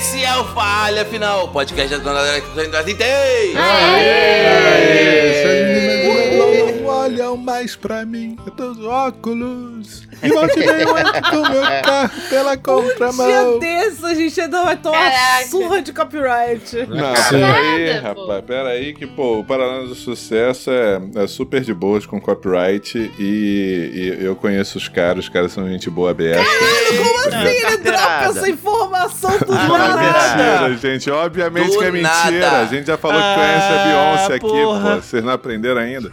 final, é falha final. Podcast da Dona Dora que você ainda tentei. Não, não olham mais pra mim, eu tô os óculos. E volte bem com meu carro pela Tá Um dia contramão. desse, a gente ainda vai tomar uma Caraca. surra de copyright. Não, Sim. peraí, Nada, pô. rapaz, peraí que, pô, o Paraná do Sucesso é, é super de boas com copyright e, e eu conheço os caras, os caras são gente boa aberta. Ele dropa essa Ah, informação do Não é nada. mentira, gente. Obviamente Do que é mentira. nada. A gente já falou que Ah, conhece a Beyoncé aqui, porra. pô. Vocês não aprenderam ainda?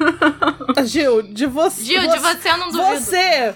Gil, de você. Gil, de você eu não duvido. Você é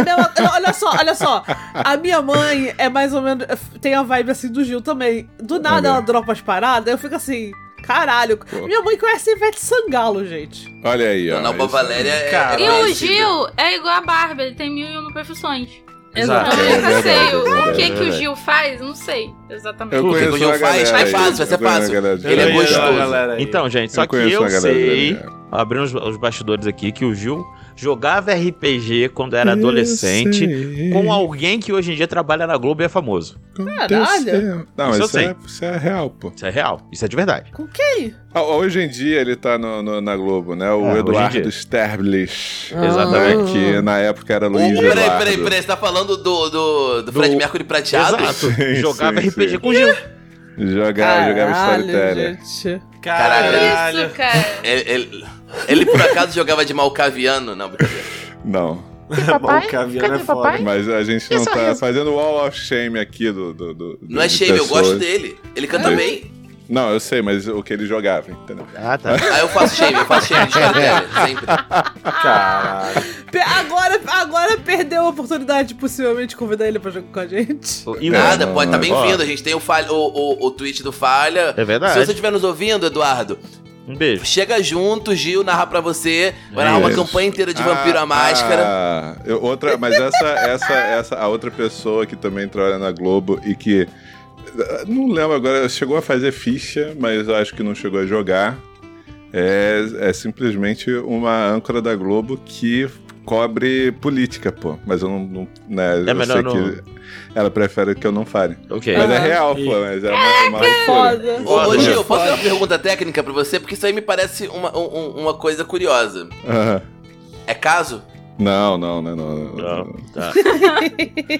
a mesma- Não, olha só, olha só. A minha mãe é mais ou menos. Tem a vibe assim do Gil também. Do nada Olha. ela dropa as paradas, eu fico assim. Caralho, minha mãe conhece Ivete Sangalo, gente. Olha aí, ó. Dona Alba Isso- Valéria é. Cara. E é o conhecida. Gil é igual a Bárbara, ele tem mil e uma profissões. Exato. Então eu É nunca verdade, é sei o- o verdade, que, é que o verdade. Gil faz, não sei exatamente. Eu Puta, conheço o Gil uma faz- galera. faz aí. fácil, vai ser Eu conheço fácil. uma galera. Ele é Eu Olha aí, gostoso. olha a galera aí. Então, gente, só que conheço eu uma galera, sei, né? abrindo os, os bastidores aqui, que o Gil jogava RPG quando era adolescente com alguém que hoje em dia trabalha na Globo e é famoso. Caralho. Não, Isso eu isso, é, isso é real, pô. Isso é real, isso é de verdade. Com quem? Ah, Hoje em dia ele tá no- no- na Globo, né? É, O hoje em Eduardo dia. Sterblich. Né? Exatamente. Que na época era Luiz Peraí, Eduardo. peraí, peraí, você tá falando do, do, do Fred Do- Mercury prateado? Exato. Sim, jogava sim, RPG sim. com o Gil. Jogava, jogava Storyteller. gente. Caralho. Isso, cara. Ele, ele- ele, por acaso jogava de malcaviano? Não, brincadeira. Não, O Caviano é foda. mas a gente não tá fazendo wall of shame aqui do. do, do Não é de shame, eu pessoas. gosto dele. Ele canta É. bem. Não, eu sei, mas o que ele jogava, entendeu? Ah, tá. Aí eu faço shame, eu faço shame de É. storyteller, sempre. Caralho. Pe- Agora, agora perdeu a oportunidade de possivelmente convidar ele pra jogar com a gente. E o- Nada, não, pode, tá não, é. bem-vindo. A gente tem o, falha, o, o, o tweet do Falha. É Se você verdade. estiver nos ouvindo, Eduardo, Um beijo. chega junto, Gil narra pra você. Vai narrar uma Isso. campanha inteira de Ah, Vampiro à Máscara. Ah, eu- outra, mas essa, essa, essa, a outra pessoa que também trabalha na Globo e que. Não lembro agora, chegou a fazer ficha, mas eu acho que não chegou a jogar. É, é simplesmente uma âncora da Globo que cobre política, pô. Mas eu não. não né, eu É melhor sei não- Ah, que ela prefere que eu não fale. Ok. Mas é Aham. real, pô. Mas é uma, uma loucura. Foda. Ô, ô, Foda. Gil, posso fazer uma pergunta técnica pra você? Porque isso aí me parece uma, um- um- uma coisa curiosa. Aham. É caso? Não, não, não, não. não, Não, não. tá.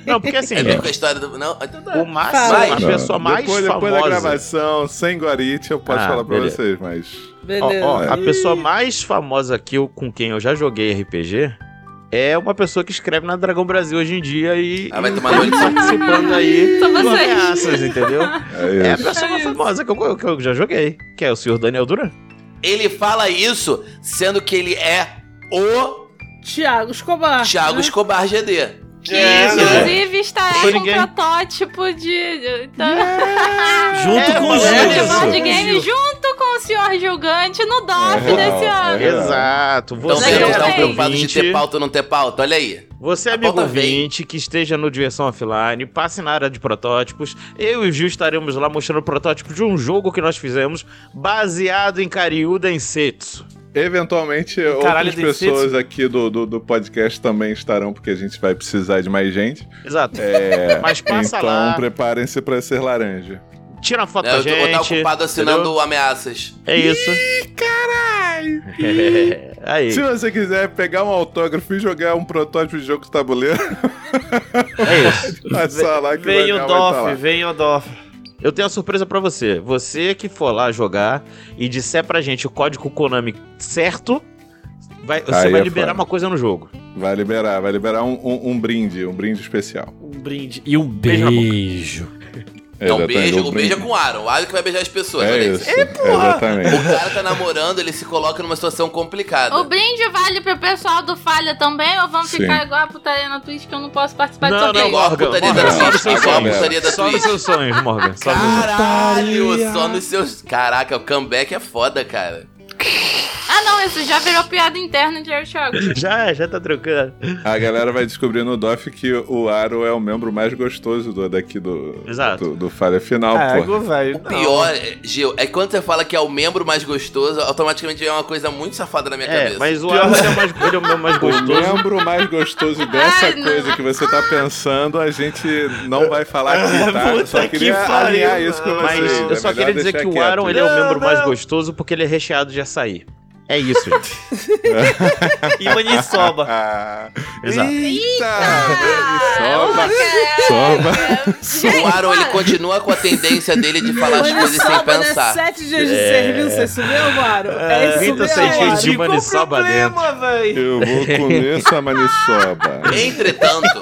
Não, porque assim, É mesmo com gente, a história do. Não? Então tá. o máximo, Vai. a pessoa mais depois, Depois da famosa. gravação, sem guarite, eu posso Ah, falar pra beleza. vocês, mas... Ó, Beleza. ó, a pessoa mais famosa que eu, com quem eu já joguei RPG é uma pessoa que escreve na Dragão Brasil hoje em dia e Ah, vai tomar no olho de tá São participando aí Só do você. ameaças, entendeu? É É a isso. pessoa mais famosa que eu, que eu já joguei, que é o senhor Daniel Duran. Ele fala isso sendo que ele é o Tiago Escobar. Thiago né? Escobar Então, GD. Que, É, inclusive, está né? Sou com um ninguém. protótipo de... de- Então, Junto É, com o mano, festival é Gil. isso. de game junto com o senhor Gilgante no DOF É, desse é. ano. É. Exato. Então Você vocês não estão é também. amigo preocupados de ter ouvinte, pauta ou não ter pauta, olha aí. você é A amigo pauta vem. ouvinte que esteja no Diversão Offline, passe na área de protótipos. Eu e o Gil estaremos lá mostrando o protótipo de um jogo que nós fizemos baseado em Kariuda Densetsu. Eventualmente, é Caralho, outras tem pessoas aqui do, do, do podcast também estarão, porque a gente vai precisar de mais gente. Exato. É, Mas passa então, lá. preparem-se pra ser laranja. Tira uma foto Eu da tô, eu gente. tô ocupado assinando entendeu? ameaças. É isso. Caralho! É, aí. Se você quiser pegar um autógrafo e jogar um protótipo de jogo de tabuleiro, É isso. passa lá que Vem Daniel o vai Doff, tá lá. vem o Doff. Eu tenho uma surpresa pra você. Você que for lá jogar e disser pra gente o código Konami certo, vai- você Aí vai é liberar foda. uma coisa no jogo. Vai liberar, vai liberar um, um, um brinde, um brinde especial. Um brinde. E um Beijo na boca. beijo. Não, Exatamente, um beijo, o beijo é brinde. com o Aaron. O Aaron que vai beijar as pessoas, É olha isso, isso. exatamente. O cara tá namorando, ele se coloca numa situação complicada. O brinde vale pro pessoal do Falha também ou vamos Sim. ficar igual a putaria na Twitch que eu não posso participar Não, de sorteio? não, Igual a Morgan, putaria Morgan, da só Twitch, nos seus igual a sonhos. putaria da Só nos Twitch. seus sonhos, Morgan. Só nos seus... Caralho, só nos seus. Caraca, o comeback é foda, cara. Ah, não, isso já virou piada interna de Harry Thiago. Já, já tá trocando. A galera vai descobrir no DOF que o Aro é o membro mais gostoso do, daqui do, Exato. do, do Falha Final, pô. Cego, velho. O pior, Gil, é que quando você fala que é o membro mais gostoso, automaticamente é uma coisa muito safada na minha É, cabeça. mas o Arthur é, mais, ele é o meu mais O gostoso. membro mais gostoso dessa Ai, não. coisa que você tá pensando, a gente não vai falar aqui, tá? Eu só Puta que queria pariu, alinhar isso com mano. vocês. Mas É eu só melhor queria dizer deixar que o quieto. Aaron ele é o Não, membro mais não. gostoso porque ele é recheado de açaí. É isso, gente. E maniçoba. Ah, Exato. Eita! Soba! Soba! O Aaron, ele continua com a tendência dele de falar as coisas sem Maniçoba, né? pensar. Sete dias de É. serviço, é isso mesmo, Aro? É isso 30 mesmo, centímetros de Aro? Qual o maniçoba dentro. problema, velho? Eu vou comer essa maniçoba. Entretanto,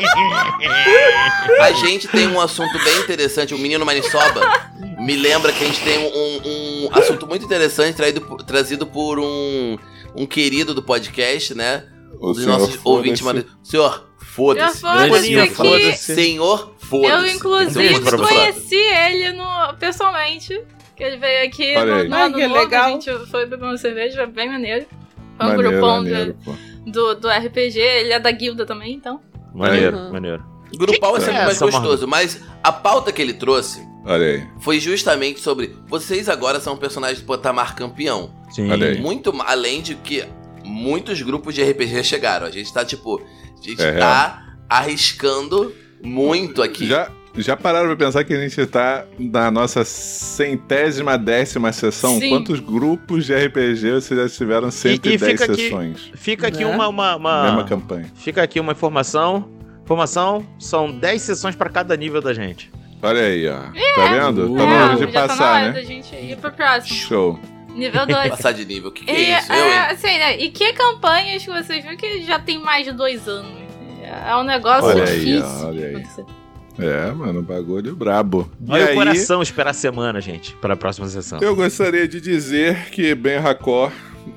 a gente tem um assunto bem interessante. O menino Maniçoba me lembra que a gente tem um, um assunto muito interessante traído por- trazido por um, um querido do podcast, né? O dos senhor nossos foda-se. ouvintes. mano. Senhor, foda-se. foda-se Boninho, aqui. foda-se. Senhor, foda-se. Eu, Esse é o inclusive, nome do programa. conheci ele no, pessoalmente. Que ele veio aqui Olha no, aí. no Ai, ano que novo, legal. a gente foi beber uma cerveja, foi bem maneiro. Foi um Maneiro, grupão maneiro, Tá pô. do, do RPG, ele é da guilda também, então. Maneiro, Uhum. maneiro. Grupal é sempre É, mais essa, gostoso, mas a pauta que ele trouxe Olha aí. foi justamente sobre vocês agora são personagens do Potamar campeão. Sim. Olha aí. Muito ma- além de que muitos grupos de RPG chegaram. A gente tá, tipo, a gente É tá arriscando muito aqui. Já, já pararam pra pensar que a gente tá na nossa centésima décima sessão? Sim. Quantos grupos de RPG vocês já tiveram 110 fica aqui- sessões? Fica aqui Né? uma, uma, uma- Mesma campanha. Fica aqui uma informação. Informação, são 10 sessões pra cada nível da gente. Olha aí, ó. Tá vendo? Tá É, na hora já de tá na hora passar, né? da gente ir pro próximo. Show. Nível 2. Passar de nível. O que, que E, é isso? Eu, hein? é, assim, né, e que campanhas que vocês viram que já tem mais de dois anos? É um negócio Olha aí, difícil. ó, olha aí. de acontecer. É, mano, bagulho brabo. Olha e aí, o coração esperar a semana, gente, pra próxima sessão. eu gostaria de dizer que Ben Hakor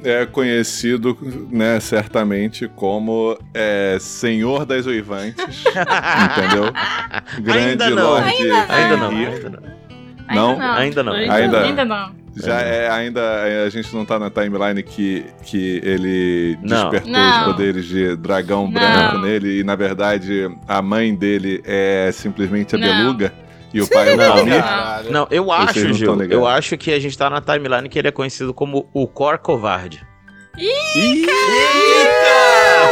é conhecido, né, certamente, como é, Senhor das Oivantes, entendeu? Grande Ainda não. Lorde Ainda não. Ainda não, Kegir. ainda não. Não? Ainda não. Ainda- Ainda não. Já é, ainda a gente não tá na timeline que, que ele Não. despertou Não. os poderes de dragão Não. branco nele e na verdade a mãe dele é simplesmente a Não. beluga e o pai é o Não. Valmir. Caralho. Não, eu Vocês não acho, tão Gil, ligados. eu acho que a gente tá na timeline que ele é conhecido como o Cor Covarde. Ih,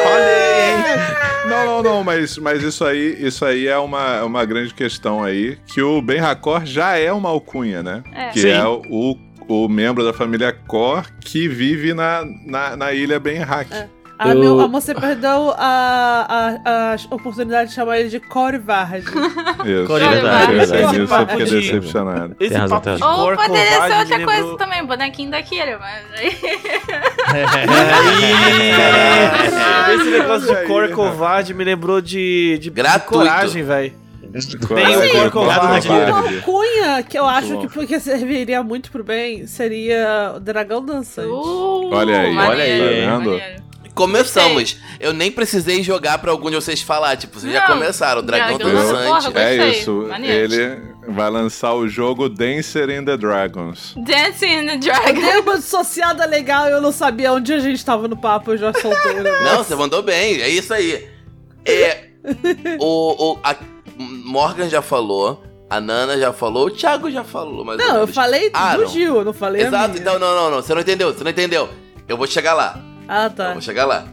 Olha aí! Não, não, não, mas, mas isso aí, isso aí é uma, é uma grande questão aí, que o Ben Hakor já é uma alcunha, né? É. Que Sim. é o, o membro da família Cor que vive na, na, na ilha Ben Hak. Ah, Eu- meu amor, você perdeu a, a, a oportunidade de chamar ele de Corvard. Isso. é Olha, verdade, Eu verdade. sei disso, eu Papo fiquei de- decepcionado. Esse Tem razão, papo tem de razão. Ou porco poderia ser covarde outra me coisa lembrou- também, bonequinho da Kira, mas aí. É, Ih, Esse negócio Olha de aí, cor rapaz. covarde me lembrou de, de, de Gratuito. coragem, velho. Tem o cor covarde. Uma cunha que eu acho bom. que, porque serviria muito pro bem seria o Dragão Dançante. Uh, Olha aí, maneiro, olha aí, tá vendo? maneiro. Começamos. Eu nem precisei jogar pra algum de vocês falar. Tipo, vocês já Não. então começaram. O Dragão Dragão, Dançante. porra, É Gostei, isso, maneiro. ele vai lançar o jogo Dancer in the Dragons. Dancing in the Eu Dragon. dei uma dissociada legal, eu não sabia onde a gente tava no papo, eu já soltei Não, o negócio. você mandou bem, é isso aí. É. o, o- a Morgan já falou, a Nana já falou, o Thiago já falou, mas. Não, eu falei Aaron. do Gil, eu não falei a Ah, Exato, minha. então, não, não, não. Você não entendeu, você não entendeu. Eu vou chegar lá. Ah, Eu tá. vou chegar lá.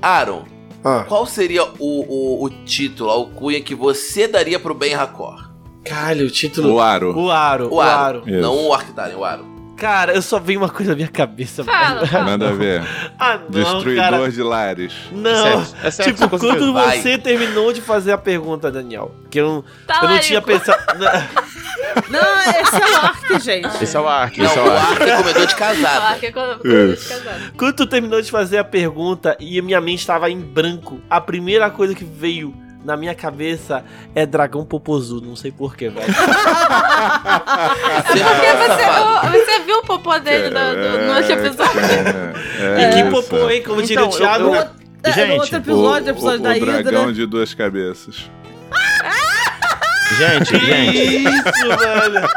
Aaron, Ah. qual seria o, o, o título, a alcunha que você daria pro Ben Racor? Caralho, o título. O Aro. O Aro, o Aro. Isso. Não o Arctaren, o Aro. Cara, eu só vi uma coisa na minha cabeça. Fala, velho. fala. Nada a ver. Ah, não, Destruidor cara. de lares. Não. Sério, é sério, Tipo, com certeza. quando Vai. você terminou de fazer a pergunta, Daniel, que eu não, Tá eu não Talarico. tinha pensado. né, Não, esse é o Ark, gente. Esse é o Ark. Não, Esse é o o Ark. Ark é comedor de Fala, casada. que é quando- quando Isso. casado. Quando tu terminou de fazer a pergunta e a minha mente estava em branco, a primeira coisa que veio na minha cabeça é dragão popozudo, não sei porquê, velho. Você É Porque você, é safado. o- você viu o popô dele do- do- no último episódio? É, e é que isso. popô, hein? Como diria o Então, Thiago. né? eu- eu- É, Gente, no outro episódio, episódio o, da né? o dragão Hydra. de duas cabeças. Gente, gente, Isso, velho.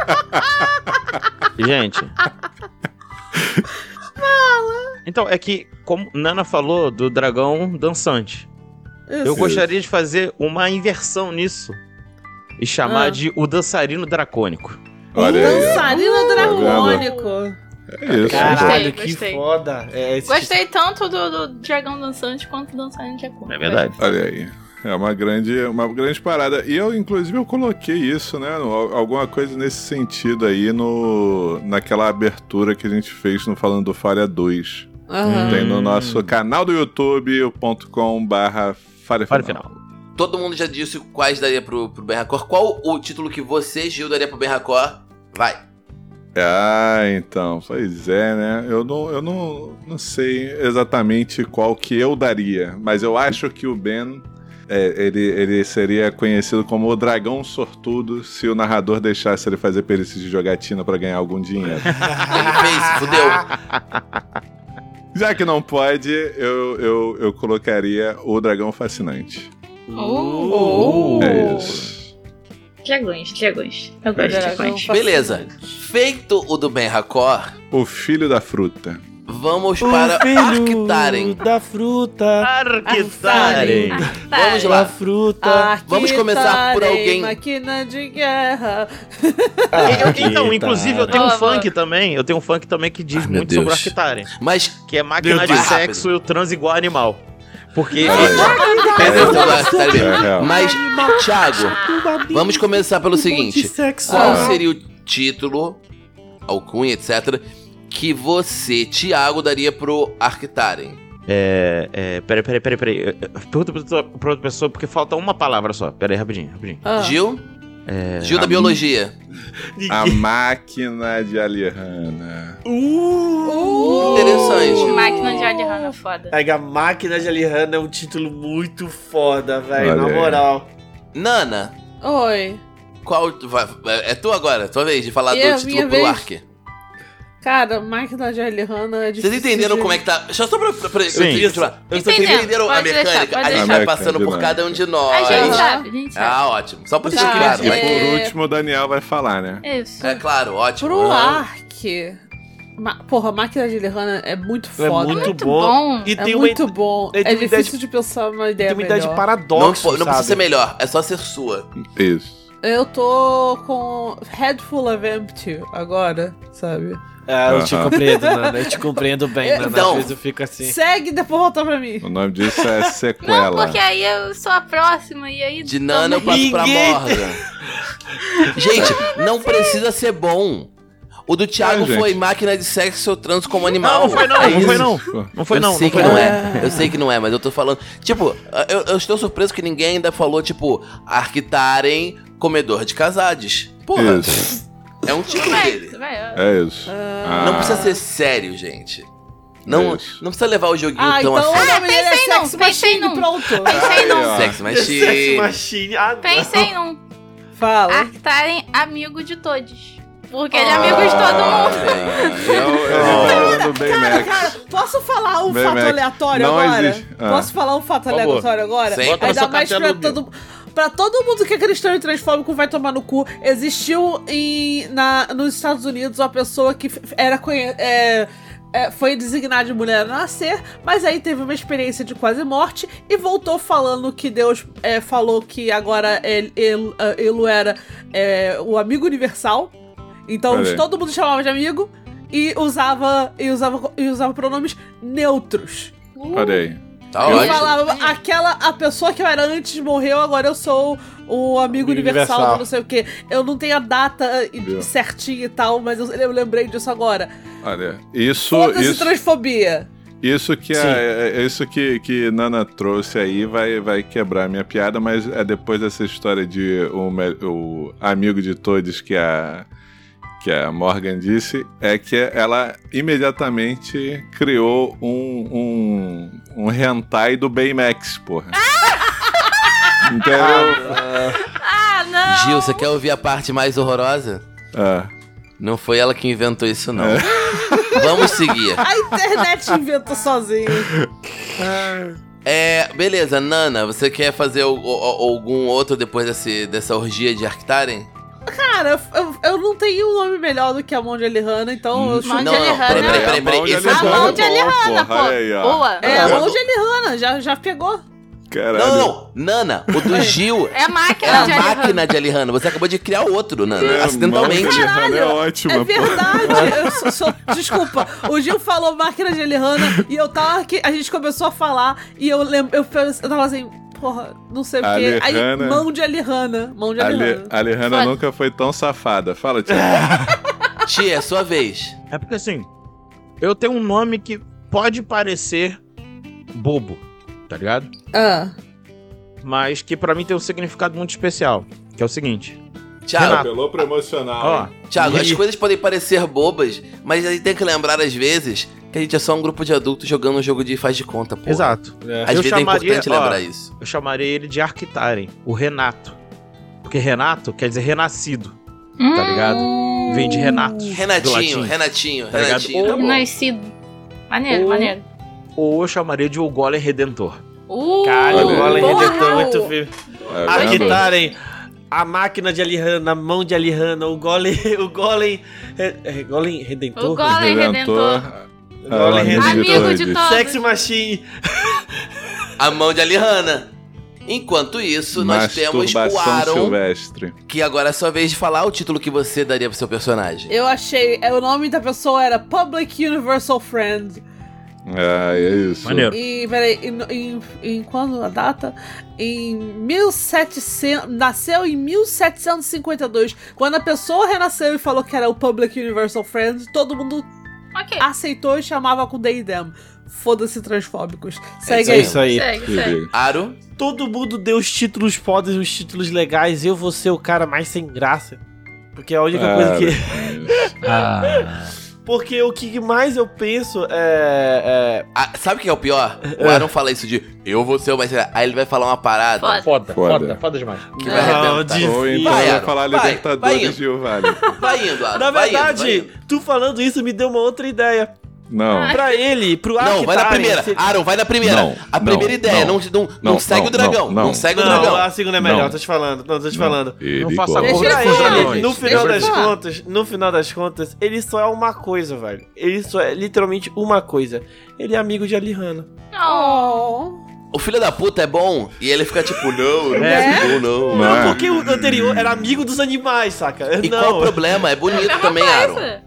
gente. Então, é que, como Nana falou do dragão dançante, eu Isso. gostaria de fazer uma inversão nisso e chamar Ah. de o dançarino dracônico. Olha aí. ó. Dançarino dracônico. É isso. Cara. Cara. Caralho, Gostei, gostei. que foda. É, esse- Gostei tanto do, do dragão dançante quanto dançarino de acordo. É verdade. Olha aí. É uma grande, uma grande parada. E eu, inclusive, eu coloquei isso, né? no- Alguma coisa nesse sentido aí no, naquela abertura que a gente fez no Falando do Falha 2. Aham. Tem Hum. no nosso canal do youtube.com barra Falha Para o Final. final. Todo mundo já disse quais daria pro, pro Berracor. Qual o título que você, Gil, daria pro Berracor? Vai. Ah, então, pois é, né? Eu não, eu não, não sei exatamente qual que eu daria, mas eu acho que o Ben é, ele, ele seria conhecido como o dragão sortudo se o narrador deixasse ele fazer perícia de jogatina pra ganhar algum dinheiro. Ele fez, fudeu. Já que não pode, eu, eu, eu colocaria o dragão fascinante. Oh. É isso. Dragões, dragões. Eu gosto de dragões. Beleza. Feito o do Berracor, O filho da fruta. vamos O para filho Arctaren. da fruta. Arquitarem. Vamos lá. Da fruta. Aqui Tá, Vamos começar por estarei, alguém. Máquina de guerra. Eu- então, inclusive, eu tenho um Boa, boa. funk também. Eu tenho um funk também que diz Ai, Ah, meu muito sobre Deus. Arquitarem. Mas Que é máquina Meu de Deus. sexo e o trans igual a animal. Porque. Olha pega o celular, Arctaren aí. mesmo. É real. Mas, Thiago, vamos começar pelo seguinte. Qual Ah. seria o título, alcunha, etc., que você, Thiago, daria pro Arctaren? É. é peraí, peraí, peraí, peraí. Eu- eu- Pergunta pra outra- pra outra pessoa, porque falta uma palavra só. Peraí, rapidinho, rapidinho. Ah. Gil? É, Gil da a- Biologia. A máquina de Alihanna. Ah. Uh, Interessante. Tá. Máquina de Adihana, foda. Pega Máquina de Alihanna é um título muito foda, velho. Na Olha aí. moral. Nana, Oi. qual. vai- É tu agora, tua vez, de falar É a do minha título vez. pro Ark. Cara, máquina de Alihanna é Vocês difícil entenderam de- como é que tá. Só só pra. pra, pra Sim. eu continuar. Eu Vocês Entendemos. É, entenderam a Pode deixar, mecânica? pode a gente deixar. vai passando por Dinâmica. cada um de nós. A gente Aham. sabe, a gente sabe. Ah, ótimo. Só pra Tá, deixar claro. E né? é- por último, o Daniel vai falar, né? Isso. É claro, ótimo. Pro Aham. Ark. Ma- Porra, máquina de Alihanna é muito É foda. muito, Muito bom. bom. E É tem uma, muito bom. e tem É uma difícil de pensar uma tem ideia uma ideia de melhor. Não, paradoxo, pô- não precisa ser sabe? melhor, é só ser sua. Isso. Eu tô com Head Full of Empty agora, sabe? Ah, eu te Aham. compreendo, Nana. Eu te compreendo bem, Nana. Então- Às vezes eu fico assim. Segue e depois volta pra mim. O nome disso é sequela. Não, porque aí eu sou a próxima e aí. De Nana eu tamo- passo pra Ninguém- Morgan. gente, não precisa ser bom. O do Thiago É, gente. foi máquina de sexo ou trans como Não, animal. não foi não, É não foi isso. não. Não foi eu não, sei não foi que não não. é. Eu sei que não é, mas eu tô falando. Tipo, eu, eu estou surpreso que ninguém ainda falou, tipo, Arquitarem comedor de casades. Porra, Isso. é um título Vai, dele. vai, ó. É isso. Ah. Não Ah, precisa ser sério, gente. Não, Isso. não precisa levar o joguinho Ah, tão então é o assim. nome dele é pensei num, Sex pensei Machine, num. pronto. Pensei Aí, num. ó. Sex The Sex Machine. Machine. Ah, não. Pensei num. Fala. Arctaren amigo de todos. Porque ele é amigo de Ah, todo mundo. Não, ele tá jogando bem, Cara, Max. cara, posso falar um Bem, fato Mac, aleatório não agora? existe. Ah. Posso falar um fato favor. aleatório agora? Sempre. Bota na Ainda sua mais pra carteira do todo, pra todo mundo que é cristão e transfóbico vai tomar no cu. Existiu em, na, nos Estados Unidos uma pessoa que f- era conhe- é, é, foi designada de mulher a nascer, mas aí teve uma experiência de quase morte e voltou falando que Deus é, falou que agora ele, ele, ah, ele era é, o amigo universal. Então Olha aí. todo mundo chamava de amigo e usava e usava e usava pronomes neutros. Uh. Olha aí. Tá Eu Eu Olha. ótimo. falava aquela a pessoa que eu era antes morreu, agora eu sou o amigo Amigo universal, universal. não sei o quê. Eu não tenho a data eh, e- Viu? certinha e tal, mas eu, eu lembrei disso agora. Olha. Isso, Foda-se isso, transfobia. isso que Sim. a, é- é isso que, que Nana trouxe aí vai, vai quebrar a minha piada, mas é depois dessa história de o, me- o amigo de todos que a que a Morgan disse é que ela imediatamente criou um um, um hentai do Baymax, porra. Então, Entendeu? Ah, não! Gil, você quer ouvir a parte mais horrorosa? Ah. Não foi ela que inventou isso, não. É. Vamos seguir. A internet inventa sozinha. É, beleza, Nana, você quer fazer o- o- o- algum outro depois desse, dessa orgia de Arctaren? Cara, eu, eu- eu não tenho um nome melhor do que a mão de Alihana, então Hum. eu Mão Não, chamo. de não, não. Peraí, Alejandra. peraí, peraí, peraí. A Esse A Alejandra. é mão de bom, Alejandra, porra, aí, pô. ó. Boa. É, a Agora- mão de Alihana, já, já pegou. Caralho. Não, não, não. Nana, o do Gil. É a É máquina a de Alejandra. máquina de Alihana. Você acabou de criar outro, Nana. É, mão acidentalmente. de Alejandra É Caralho, ótima, é verdade. Eu sou- sou- desculpa, o Gil falou máquina de Alihana e eu tava aqui. A gente começou a falar e eu lembro. Eu, pense- eu tava assim, porra, não sei o quê. Aí, Alejandra. mão de Alihana. Mão de pô. Ale, Alihana. Alejandra Fala. nunca foi tão safada. Fala, Tiago. Tia, é sua vez. É porque assim, eu tenho um nome que pode parecer bobo, tá ligado? Ah. Mas que pra mim tem um significado muito especial. Que é o seguinte. Tiago, Apelou pro emocional. Ó, hein? Tiago, as E- coisas podem parecer bobas, mas a gente tem que lembrar às vezes que a gente é só um grupo de adultos jogando um jogo de faz de conta, pô. exato. Às Eu vezes chamaria- é importante ó, lembrar isso. Eu chamaria ele de Arquitarem, o Renato. Porque Renato quer dizer renascido, Hum. tá ligado? Vem de Renato. Hum. Renatinho, do latim. Renatinho, Tá ligado? Renatinho. Tá Ou- bom. Nascido. Maneiro, Ou- maneiro. Ou eu chamaria de O Golem Redentor. Uh, Caralho, Olha o Golem porra! Redentor, muito firme. Tá vendo? Arquitarem a máquina de Alihana, a mão de Alihana, o Golem. O Golem. É, é, golem Redentor? O Golem- Redentor. O Ah, golem amigo Redentor. Amigo de Todos. todos. Sex Machine. A mão de Alihana. Enquanto isso, nós temos o Masturbação Aaron, silvestre. que agora é a sua vez de falar o título que você daria pro seu personagem. Eu achei. é, O nome da pessoa era Public Universal Friend. Ah, é isso. Maneiro. E, peraí, em, em, em quando a data? Em 1700. Nasceu em 1752. Quando a pessoa renasceu e falou que era o Public Universal Friend, todo mundo Ok, aceitou e chamava com they them. Foda-se transfóbicos. É isso Segue aí. aí. É Isso aí. segue, Que segue. diga. Aro, Todo mundo deu os títulos fodas, os títulos legais. Eu vou ser o cara mais sem graça. Porque é a única coisa que. Ah. Porque o que mais eu penso é. a- sabe o que é o pior? O Aaron fala isso de eu vou ser o mais. Aí ele vai falar uma parada Foda. Foda, Foda. foda, foda demais. que vai Não, arrebentar. de- Ou então Vai, vai, Aaron, falar vai, Libertadores vai indo. de Vale. Vai indo, é... Aaron. Na Ah, vai indo, verdade, vai indo. tu falando isso me deu uma outra ideia. Não. Pra ele, pro Não, vai na Arquitarem, primeira. se- Aaron, vai na primeira. Não, a primeira não, ideia. é Não, não, não, não, não, segue o não, dragão. Não, não, não. segue o Não, dragão. a segunda é melhor, Não. tô te falando. Não, tô te falando. Ele Não faça gosta. porra Deixa ele nenhuma, falar. gente. no final é das verdade. contas, no final das contas, ele só é uma coisa, velho. Ele só é literalmente uma coisa. Ele é amigo de Alihana. Não. Oh. O filho da puta é bom e ele fica tipo, não, não É. é. bom, não. Não. Não, porque o anterior era amigo dos animais, saca? E qual o não, problema? É bonito também, Aaron.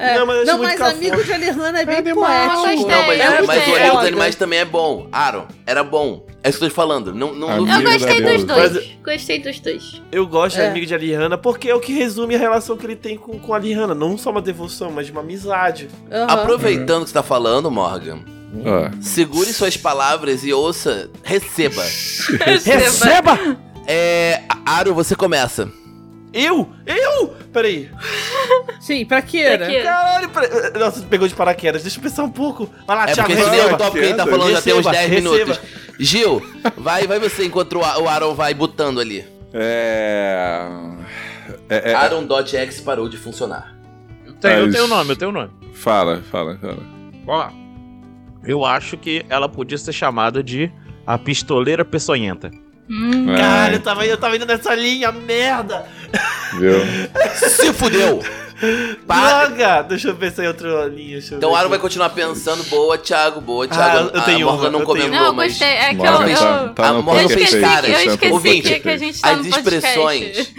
Essa. não, mas eu acho É. Não, muito mas cafona. amigo de Alihana é bem demais. poético. Não, mas, É, mas o é, é, Amigo dos olha. Animais também é bom. Aaron, era bom. É isso que eu tô te falando. Não, não, não Eu Amigo gostei da dos deusa. dois. Gostei dos dois. Eu gosto É. de amigo de Alihana porque é o que resume a relação que ele tem com, com a Alihana. Não só uma devoção, mas uma amizade. é Aham. Aproveitando o que você tá falando, Morgan, segure suas palavras e ouça. Receba. né? É. Aro, você começa. Eu? Eu? Peraí. Sim, pra que era? Pra quê? Caralho, peraí. Nossa, pegou de paraquedas. Deixa eu pensar um pouco. Vai lá, É Thiago, porque esse receba. deu o top aí, tá falando já tem uns Receba, 10 minutos. receba. Gil, vai, vai você enquanto o A- o Aaron vai botando ali. É. É, é- Aaron.exe parou de funcionar. Eu tenho, eu Mas- tenho o nome, eu tenho o nome. é. Fala, fala, fala. Vamos lá. Eu acho que ela podia ser chamada de a pistoleira peçonhenta. Hum. Caralho, Ai, eu tava, eu tava indo nessa linha, merda. viu? Se fudeu! Para. Droga! Deixa eu pensar em outra linha. Deixa eu Então o ver Aaron vai aqui. continuar pensando. Boa, Thiago, boa, Thiago. Ah, eu tenho a Morgan uma, não eu tenho comentou, uma. Não, eu mas. gostei. É que eu, Morgan eu, tá a Morgan eu fez esqueci, cara, que, eu esqueci ouvinte, que, que a gente tá As no podcast. expressões.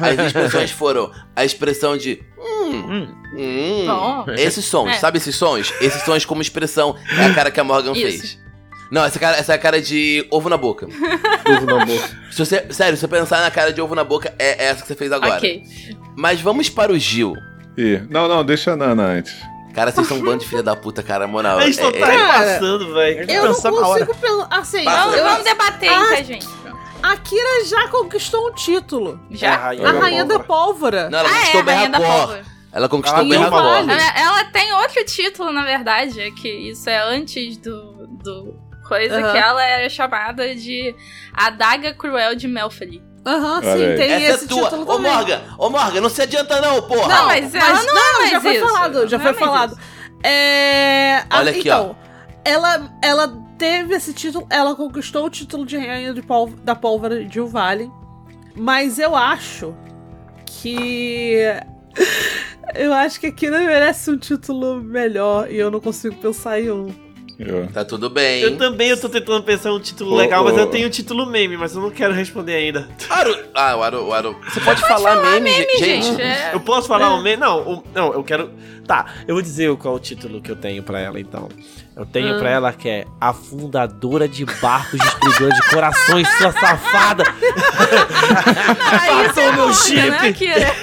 As expressões foram a expressão de. Hum. Hum, Hum. Bom, Esses sons, É. sabe esses sons? Esses sons como expressão é a cara que a Morgan Isso. fez. Não, essa cara, essa é a cara de ovo na boca. Ovo na boca. Se você, sério, se você pensar na cara de ovo na boca, é essa que você fez agora. ok. Mas vamos para o Gil. Ih, não, não, deixa a Nana antes. Cara, vocês são um bando de filha da puta, cara, moral. A gente só É- tá é- repassando, velho. Então, Eu não consigo pensar. Assim, Passa. Vamos, eu, vamos debater, hein, Ah, tá, gente? a Kira já conquistou um título. Já? A Rainha da Pólvora. Não, É, ela ah, conquistou é, o Rainha da Berracor. Pólvora. Ela conquistou o Ela ganhou Berracor. vale. Ela, ela tem outro título, na verdade, é que isso é antes do, do coisa, Aham. que ela era chamada de A Daga Cruel de Melfeli. Aham, Olha sim, aí. tem Essa esse é tua. título Ô, também. Morgan, ô, Morgan, não se adianta não, porra. Não, mas ela não, é mais já foi isso. falado, já Não foi é mais falado. É... ah, Olha aqui, então, Ela, ela teve esse título, ela conquistou o título de rainha de pólv- da pólvora de Uvalin, mas eu acho que. Eu acho que aquilo merece um título melhor e eu não consigo pensar em um. Eu- Tá tudo bem. Eu também eu tô tentando pensar um título Ô, legal, mas ô. eu tenho um título meme, mas eu não quero responder ainda. Aru. Ah, o Aru, o Aru. Você pode falar, meme, ge- gente. Gente, é... Eu posso falar um meme? Não, o- não, eu quero. Tá, eu vou dizer qual é o título que eu tenho pra ela então. Eu tenho Ah. pra ela que é A Fundadora de Barcos Destruidora de Corações, sua safada! Aí Matou meu você é chip! longa, né, Kira?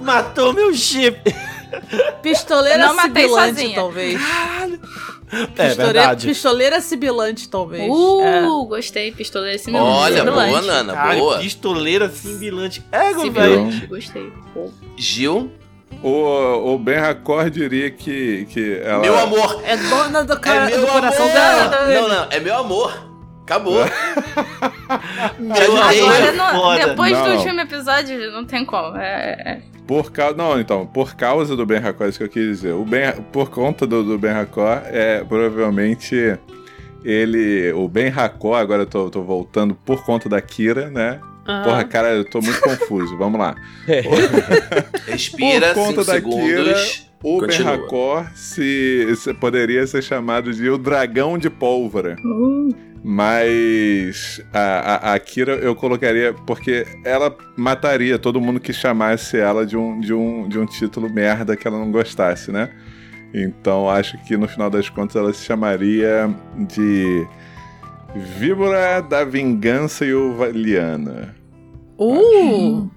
Matou meu chip! Pistoleira Não matei sibilante, sozinha. talvez. É Pistole- verdade. Pistoleira sibilante, talvez. É. Uh, gostei. Pistoleira assim mesmo. Olha, Sibilante. boa, né? Nana, Cara, boa. pistoleira simbilante. É, velho. Sibilante, gostei. Gil, O, o Ben Raccord diria que, que ela. meu amor. É dona do, É cara, meu do coração amor. dela. Não, não, é meu amor. Acabou. Te amor. ajudei. Agora, não- Foda. depois do Não. último episódio, não tem como. É, é- Por causa. Não, então, por causa do Ben Raccord, isso que eu quis dizer. O ben, por conta do, do Ben Raccord, é provavelmente ele. O Ben Raccord, agora eu tô, tô voltando por conta da Kira, né? Aham. Porra, cara, eu tô muito confuso. Vamos lá. É. Respira, Por 5 conta da Kira, segundos. O Ben Continua. Raccord se, se- poderia ser chamado de o dragão de pólvora. Uh. Mas a, a, a Kira eu colocaria porque ela mataria todo mundo que chamasse ela de um, de, um, de um título merda que ela não gostasse, né? Então acho que no final das contas ela se chamaria de Víbora da Vingança e o Valiana. Uh!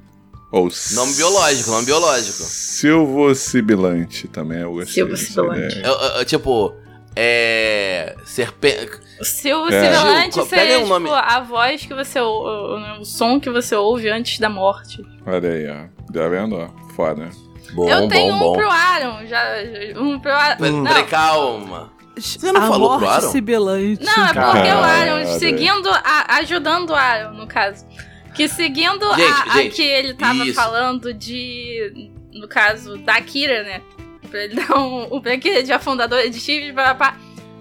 Ou Nome biológico, nome biológico. Silvo Sibilante também eu gostei. Silvo dessa Sibilante. ideia. Eu- eu- eu, tipo, é. Serpente. Se o É. sibilante Gil, pega aí seria um tipo, nome. a voz que você ou- né, o, o som que você ouve antes da morte. Olha aí, ó. Tá vendo? ó? Foda. Bom, Eu tenho um pro Aaron, já, já- um pro Aaron. Não, Hum, Peraí, calma. Você não a falou pro morte Aaron? sibilante. não é porque o Aaron Caralho. seguindo, a- ajudando o Aaron no caso, que seguindo a- Gente, a, gente, que ele tava isso. falando de, no caso da Kira, né? Pra ele dar um, o brinquedo de afundador de chifres, pá, pá, pá,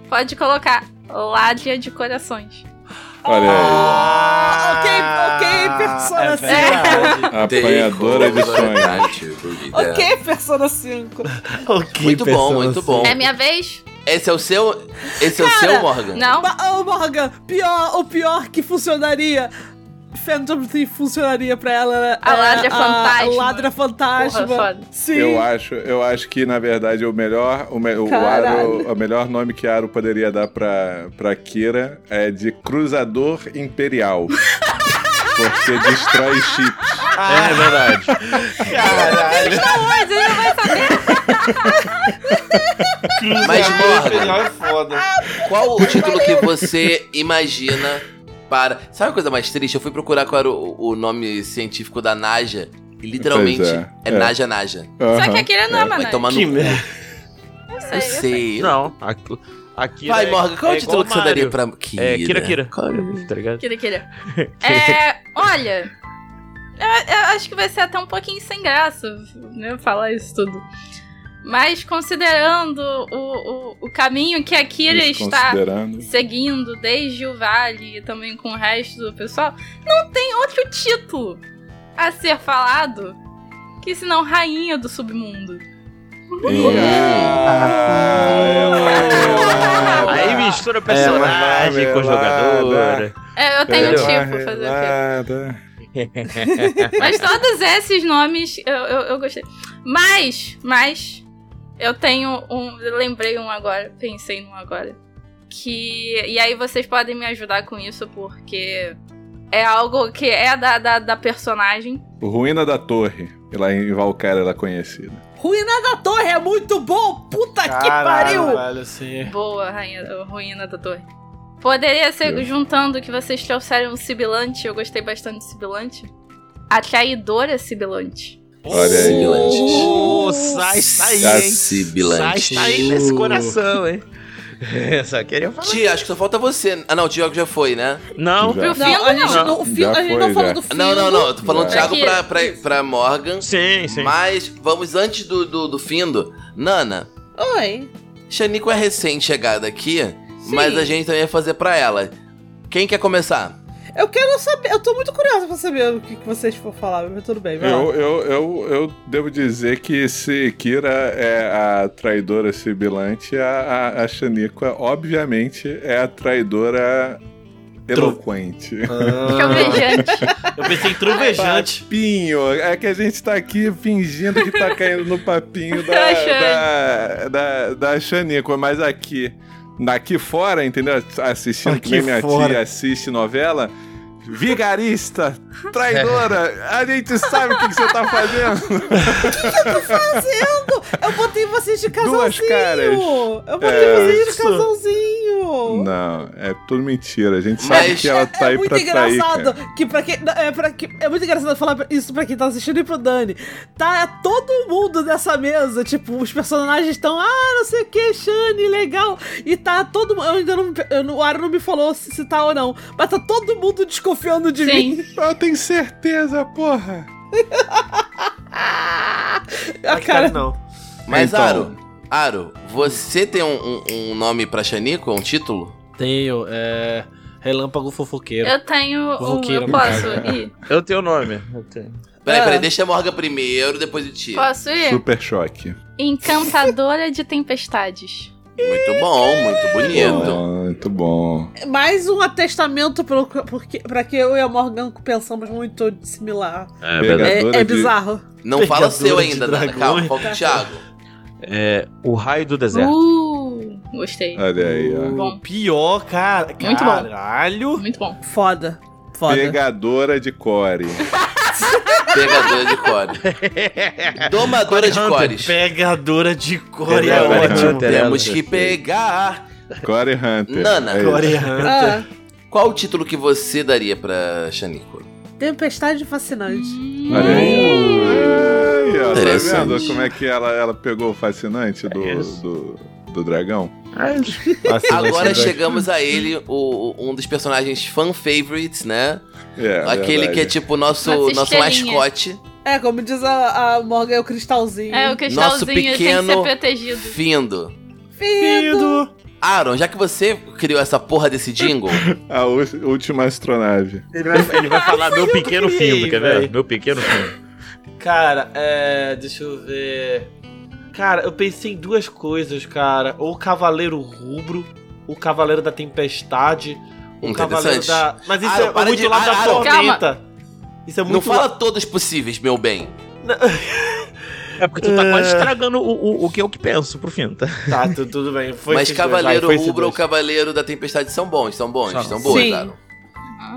pode colocar ládia de corações. Olha aí. Ah, ok, ok, Persona é cinco. verdade. Ah, Apanhadora de sonhos. Ok. Ok, Persona 5. Ok, Muito bom, Persona muito cinco. bom. É minha vez? Esse é o seu. Esse é o Cara, seu, Morgan. Não? Ma- Ô, Morgan, pior, o pior que funcionaria. Phantom Thief funcionaria pra ela. né? A É, Ladra Fantasma. A Ladra Fantasma. Porra, foda. Sim. Eu acho, eu acho que, na verdade, o melhor, o, me, o, Caralho. Aro- o melhor nome que Aro poderia dar pra, pra Kira é de Cruzador Imperial. Porque destrói chips. Ah, É verdade. caralho. Mas ele não vai saber. Mas, Morgan, Imperial é foda. qual o título que você imagina para. Sabe a coisa mais triste? Eu fui procurar qual era o, o nome científico da Naja. E literalmente Pois é. é, é. Naja Naja. Só que aquele não é, mano. Vai tomar no. Que cu. merda. Eu sei, Eu eu sei. sei. Não, aqui. aqui Vai, é- Morgan, qual é o título igual que você Mario. daria pra. Kira. É, Kira Kira. Qual é? Tá ligado? Queira, queira. É, olha. Eu, eu acho que vai ser até um pouquinho sem graça, né? Falar isso tudo. Mas considerando o, o, o caminho que a Kira está Considerando. seguindo desde o Vale e também com o resto do pessoal, não tem outro título a ser falado que senão Rainha do Submundo. Uhum. Ah, eu- Aí mistura personagem É, com mas vai, jogador. É, eu tenho Melhor. tipo fazer ah, o quê? Marmelada. Mas todos esses nomes eu, eu, eu gostei. Mas, mas, eu tenho um. Lembrei um agora, pensei num agora. Que. E aí vocês podem me ajudar com isso, porque é algo que é da, da, da personagem. Ruína da Torre. E lá em Valkyra ela é conhecida. Ruína da Torre é muito bom. Puta que Caralho, pariu. velho, assim. sim. Boa, rainha, ruína da torre. Poderia ser Eu. juntando que vocês trouxeram um sibilante, eu gostei bastante de sibilante. A traidora sibilante. Olha aí. Ô, sai, sai, tá hein? tá Sai, Sibilante. sai nesse coração, hein? É, Só queria falar. Tia, acho que só falta você. Ah, não, o Diogo já foi, né? Não, Já. Pro Não, Findo, a gente não. não, o Findo- Já a gente foi, não falou já. do né? filme. Não, não, não. Eu tô falando É. Thiago pra, pra, Isso. pra Morgan. sim, sim. Mas vamos antes do, do, do Findo. Nana, Oi. Xanico é recém-chegada aqui, mas a gente também ia fazer pra ela. Quem quer começar? Eu quero saber, eu tô muito curiosa pra saber o que, que vocês for falar, mas tudo bem, vai lá. Eu, eu, eu, eu devo dizer que se Kira é a traidora sibilante, a, a, a Shaniqua, obviamente, é a traidora eloquente. Ah. é Trovejante. Eu pensei em trovejante. Papinho, é que a gente tá aqui fingindo que tá caindo no papinho da, da, Achei. da, da Xanico, mas aqui, daqui fora, entendeu? Assistindo que Aqui nem minha fora. tia assiste novela. Vigarista, traidora, a gente sabe o que, que você tá fazendo. Fazendo! Eu botei vocês de casalzinho! Duas caras. Eu botei É. vocês de Isso. casalzinho! É Não, é tudo mentira. A gente sabe Mas que ela tá aí muito pra trair. engraçado cara. que pra quem. É, pra quem- é muito engraçado falar isso pra quem tá assistindo e pro Dani. Tá todo mundo nessa mesa. Tipo, os personagens estão, ah, não sei o que, Shane, legal. E tá todo mundo. Eu ainda não. eu não- o Aaron não me falou se, se tá ou não. Mas tá todo mundo desconfiando de mim. Sim. Eu tenho certeza, porra. Ah, A Aqui tá, cara. não. Mas, Então. Aro, Aro, você tem um, um- um nome pra Xanico? Um título? Tenho, é. Relâmpago fofoqueiro. Eu tenho um. Roqueiro, Eu posso ir? Eu tenho o nome. Eu tenho. Peraí, É. peraí, deixa a Morga primeiro, depois o Tio. Posso ir? Super choque. Encantadora de tempestades. Muito bom, muito bonito. Bom, muito bom. Mais um atestamento pelo, porque, pra que eu e a Morgan pensamos muito similar. É verdade. É, Pegadora é de- bizarro. Não fala Pegadora seu de ainda, Nana. dragões. Calma, foca o Thiago. É, o raio do deserto. Uh, gostei. Olha aí, ó. Bom. Pior, cara. Muito bom. Caralho. Muito bom. Foda. Foda. Pegadora de core. Pegadora de core. Domadora de Hunter, cores. Pegadora de core é Pegadora de ótimo. Hunter. Temos que pegar. Core Hunter. Nana. É isso. Core Hunter. Ah, Qual o título que você daria pra Xanico? tempestade fascinante. Olha Hum. aí. Ai, ó, tá Interessante. vendo como é que ela, ela pegou o fascinante do, do, do dragão? Uh, Agora chegamos a ele, o- o- um dos personagens fan favorites, né? É, Aquele que é tipo o nosso, Nossa nosso estrelinha. mascote, É, como diz a, a Morgan, é o cristalzinho. É, o nosso cristalzinho tem que pequeno ser protegido. Findo. Fido. Aaron, já que você criou essa porra desse jingle, A ú- última astronave. Ele vai, ele vai falar meu pequeno criei, filme, quer ver? velho. Meu pequeno filme. Cara, é. Deixa eu ver. Cara, eu pensei em duas coisas, cara. Ou Cavaleiro Rubro, o Cavaleiro da Tempestade, o Hum, Cavaleiro interessante. da. Mas isso Ah, não, é para muito de- lá ah, da ah, não. Tormenta. Isso é muito não fala lá- todos possíveis, meu bem. É porque tu tá quase estragando o, o, o que eu que penso pro fim, tá? Tá, tu- tudo bem. Foi Mas esses dois, vai, Cavaleiro foi esses Rubro ou dois. Cavaleiro da Tempestade são bons, são bons, São. são boas, Sim. Aaron.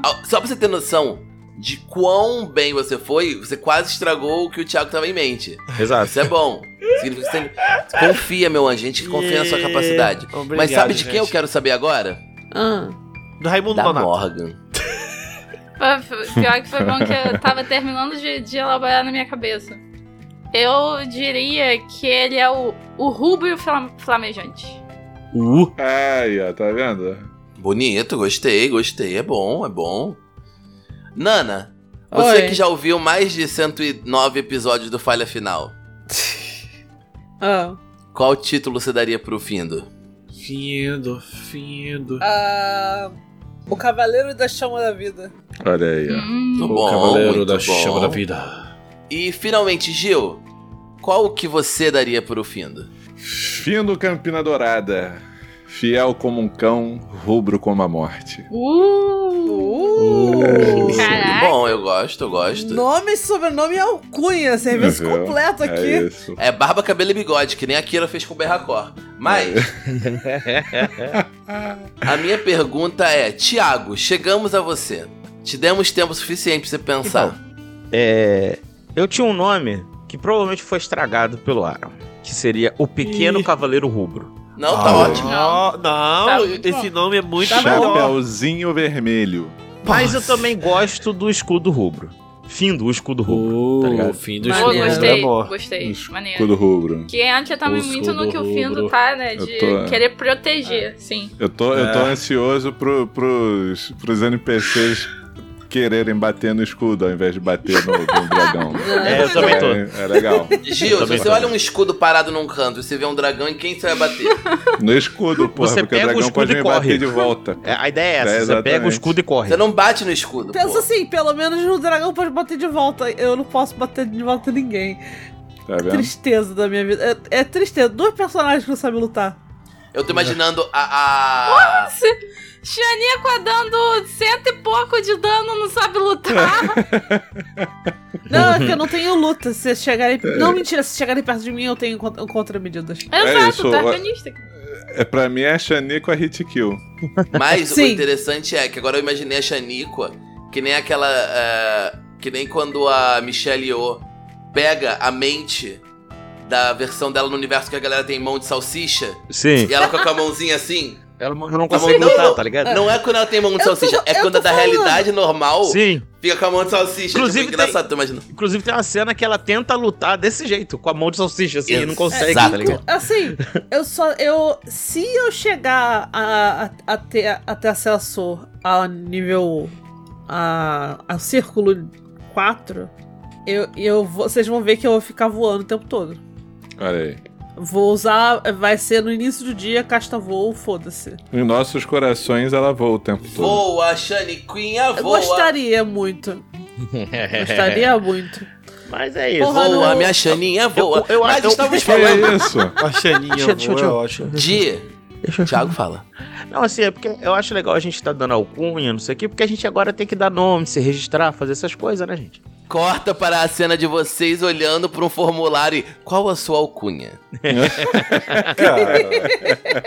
Ah, Só pra você ter noção de quão bem você foi, você quase estragou o que o Thiago tava em mente. Exato. Isso é bom. Significa que você tem... Confia, meu anjo, a gente confia na sua E- capacidade. Obrigado, Mas sabe de quem eu gente. quero saber agora? Ah, Do Raimundo Da Donato. Morgan. Pô, foi- Pior que foi bom que eu tava terminando de, de elaborar na minha cabeça. Eu diria que ele é o, o rubro flam- flamejante. Uh, Ai, ó, tá vendo? Bonito, gostei, gostei. É bom, é bom. Nana, você Oi. que já ouviu mais de 109 episódios do Falha Final, Ah. qual título você daria pro Findo? findo, findo. Ah, o Cavaleiro da Chama da Vida. Olha aí, ó. Hum, Muito bom, muito bom. vida. E finalmente, Gil, qual que você daria pro Findo? Findo Campina Dourada. Fiel como um cão, rubro como a morte. Uh! Muito Caraca. bom, eu gosto, eu gosto. Nome, sobrenome e alcunha. Serviço Viu? completo É aqui. isso. É barba, cabelo e bigode, que nem a Kira fez com o Berracor. Mas, a minha pergunta é, Tiago, chegamos a você. Te demos tempo suficiente pra você pensar. É, eu tinha um nome que provavelmente foi estragado pelo Aaron, que seria o Pequeno Ih. Cavaleiro Rubro. Não, tá Ah, ótimo. Não, não, Tá muito esse nome é muito Tá melhor. Chapeuzinho vermelho. Mas eu também gosto do escudo rubro. Fim do escudo rubro. tá ligado? Uh, fim do Mas Pô, Maneiro. gostei, né, amor. gostei. Maneiro. Escudo rubro. Que entra também Osso muito no do que o rubro. Findo tá, né? Eu De tô- querer proteger, sim. Eu tô, eu tô É. ansioso pro, pros, pros NPCs quererem bater no escudo ao invés de bater no, no dragão. É, eu também tô. É, é legal. Gil, Eu se também você tô. olha um escudo parado num canto e você vê um dragão, em quem você vai bater? No escudo, porra, Você porque pega o o dragão escudo pode e me corre. bater de volta. É, A ideia é essa, É, você pega o exatamente. escudo e corre. Você não bate no escudo. Pensa pô. assim, pelo menos o dragão pode bater de volta. Eu não posso bater de volta ninguém. Tá vendo? Tristeza da minha vida. É, é tristeza. Dois personagens que não sabem lutar. Eu tô imaginando a. a... Xaniqua dando cento e pouco de dano, não sabe lutar. Não, é que eu não tenho luta. Se chegarem. Não, mentira, se chegarem perto de mim, eu tenho contra- contramedidas. Exato, isso, tá é- arcanista. É, pra mim é a Shani com a hit kill. Mas o Sim. interessante é que agora eu imaginei a Xaniqua, que nem aquela. é, que nem quando a Michelle Yeoh pega a mente da versão dela no universo que a galera tem mão de salsicha, Sim. e ela com a mãozinha assim. Ela não não consegue não, lutar, não. tá ligado? Não é quando ela tem mão de Eu tô- salsicha, é eu quando tô é da falando. realidade normal Sim. fica com a mão de salsicha. Inclusive, tipo, é engraçado, tu imagina. Inclusive tem uma cena que ela tenta lutar desse jeito, com a mão de salsicha, assim, e não consegue, Exato. tá ligado? Assim, eu só. Eu. Se eu chegar a, a, a ter, a ter acesso ao nível. A, ao círculo 4, eu, eu vou- vocês vão ver que eu vou ficar voando o tempo todo. Olha aí. Vou usar. Vai ser no início do dia, casta voo, foda-se. Em nossos corações ela voa o tempo todo. Voa, Xaniquinha, Eu voa. É. gostaria muito. Gostaria muito. Mas é isso. Porra, Voa, não. minha Xaninha, voa. eu- Mas eu- estamos Que falando isso? A Xaninha, Deixa- deixa eu- boa, deixa eu- eu acho. de... Thiago fala. Não, assim, é porque eu acho legal a gente tá dando alcunha, não sei o quê, porque a gente agora tem que dar nome, se registrar, fazer essas coisas, né, gente? Corta para a cena de vocês olhando para um formulário. e, Qual a sua alcunha?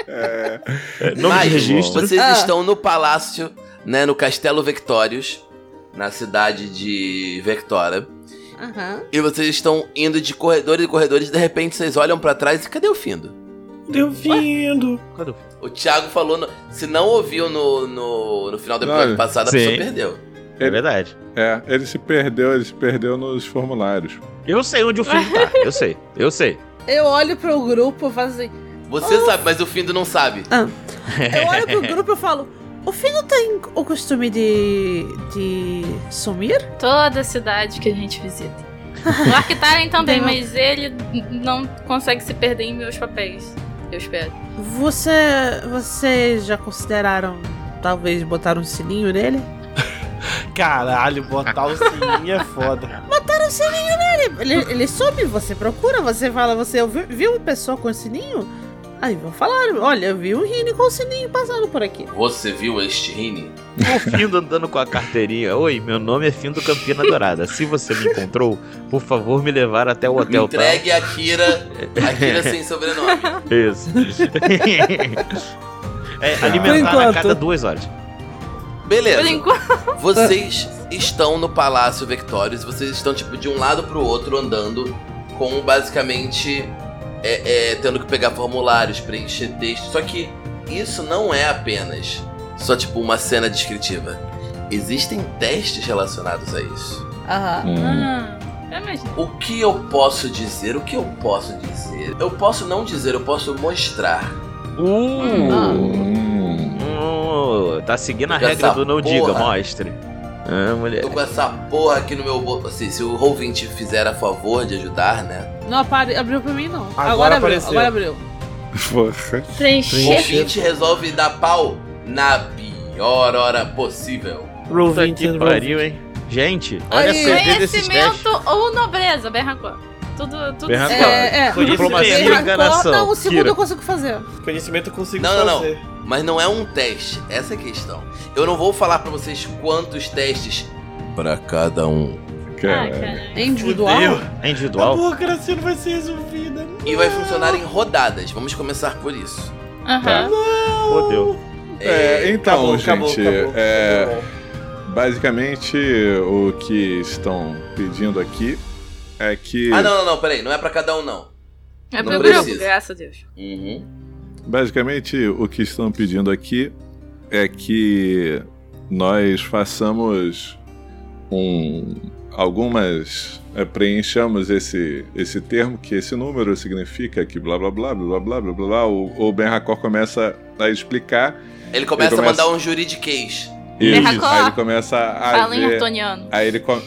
É, Nome de registro. Vocês Ah. estão no palácio, né, no Castelo Vectórios, na cidade de Vectora. Aham. E vocês estão indo de corredores e corredores. De repente vocês olham para trás e cadê o Findo? Deu vindo. Cadê o- O Thiago falou, no- se não ouviu no, no, no final do episódio Olha, passado, a Ah, sim. pessoa perdeu. É verdade. É, ele se perdeu, ele se perdeu nos formulários. Eu sei onde o filho tá, eu sei, eu sei. Eu olho pro grupo e faço assim. Você sabe, mas o Findo não sabe. Eu olho pro grupo e falo. O filho tem o costume de. de. sumir? Toda cidade que a gente visita. O Arctaren também, Entendeu? mas ele não consegue se perder em meus papéis. Eu espero. Você. vocês já consideraram talvez botar um sininho nele? Caralho, botar o sininho é foda. Botar um sininho nele! Ele, ele some, você procura, você fala, você ouviu- viu uma pessoa com sininho? Aí vão falar, olha, eu vi um Rini com sininho passando por aqui. Você viu este Rini? O Findo andando com a carteirinha. Oi, meu nome é Findo Campina Dourada. Se você me encontrou, por favor, me levar até o hotel tal. Entregue a Kira. A Kira sem sobrenome. Isso. é, Por alimentar a enquanto. cada duas horas. Por Beleza. enquanto. Vocês estão no Palácio Vectórios, vocês estão tipo de um lado pro outro andando, com basicamente é, é, tendo que pegar formulários, preencher texto. Só que isso não é apenas só tipo uma cena descritiva. Existem testes relacionados a isso. Aham. Hum. Ah, eu imagino. O que eu posso dizer? O que eu posso dizer? Eu posso não dizer, eu posso mostrar. Hum. Hum, tá seguindo a Essa regra do não porra. diga, mostre. Ah, mulher. Tô com essa porra aqui no meu bolso. Assim, se o Roll20 fizer a favor de ajudar, né? Não apare... abriu pra mim, não. Agora, abriu, apareceu. agora abriu. Porra. Preencher. Ouvinte resolve dar pau na pior hora possível. Roll Puta 20, que roll 20. pariu, hein? Gente, olha a Aí. CD desses testes. Conhecimento ou nobreza, Berracó. Tudo, tudo Berracó. certo. É, é. Foi isso Diplomacia mesmo. e enganação. Não, o segundo Kira. eu consigo fazer. Conhecimento eu consigo Não, não, não. fazer. Mas não é um teste, essa é a questão. Eu não vou falar pra vocês quantos testes para cada um. Ah, Cara. cara. É individual? Fudeu. É A individual? burocracia não vai ser resolvida. E vai funcionar em rodadas. Vamos começar por isso. Aham. Fodeu. É, então, Acabou, acabou, gente, acabou. é, Tá bom. basicamente o que estão pedindo aqui é que. Ah, não, não, não, peraí. Não é pra cada um, não. É Não pro precisa. grupo, graças a Deus. Uhum. Basicamente, o que estão pedindo aqui é que nós façamos um algumas é, preenchamos esse esse termo que esse número significa que blá blá blá blá blá blá blá blá o, o Ben Racor começa a explicar Ele começa Ele a começa- mandar um juridiquês. Isso. Terracó. Aí ele começa a Fala em ver- Artoniano. Aí ele, com-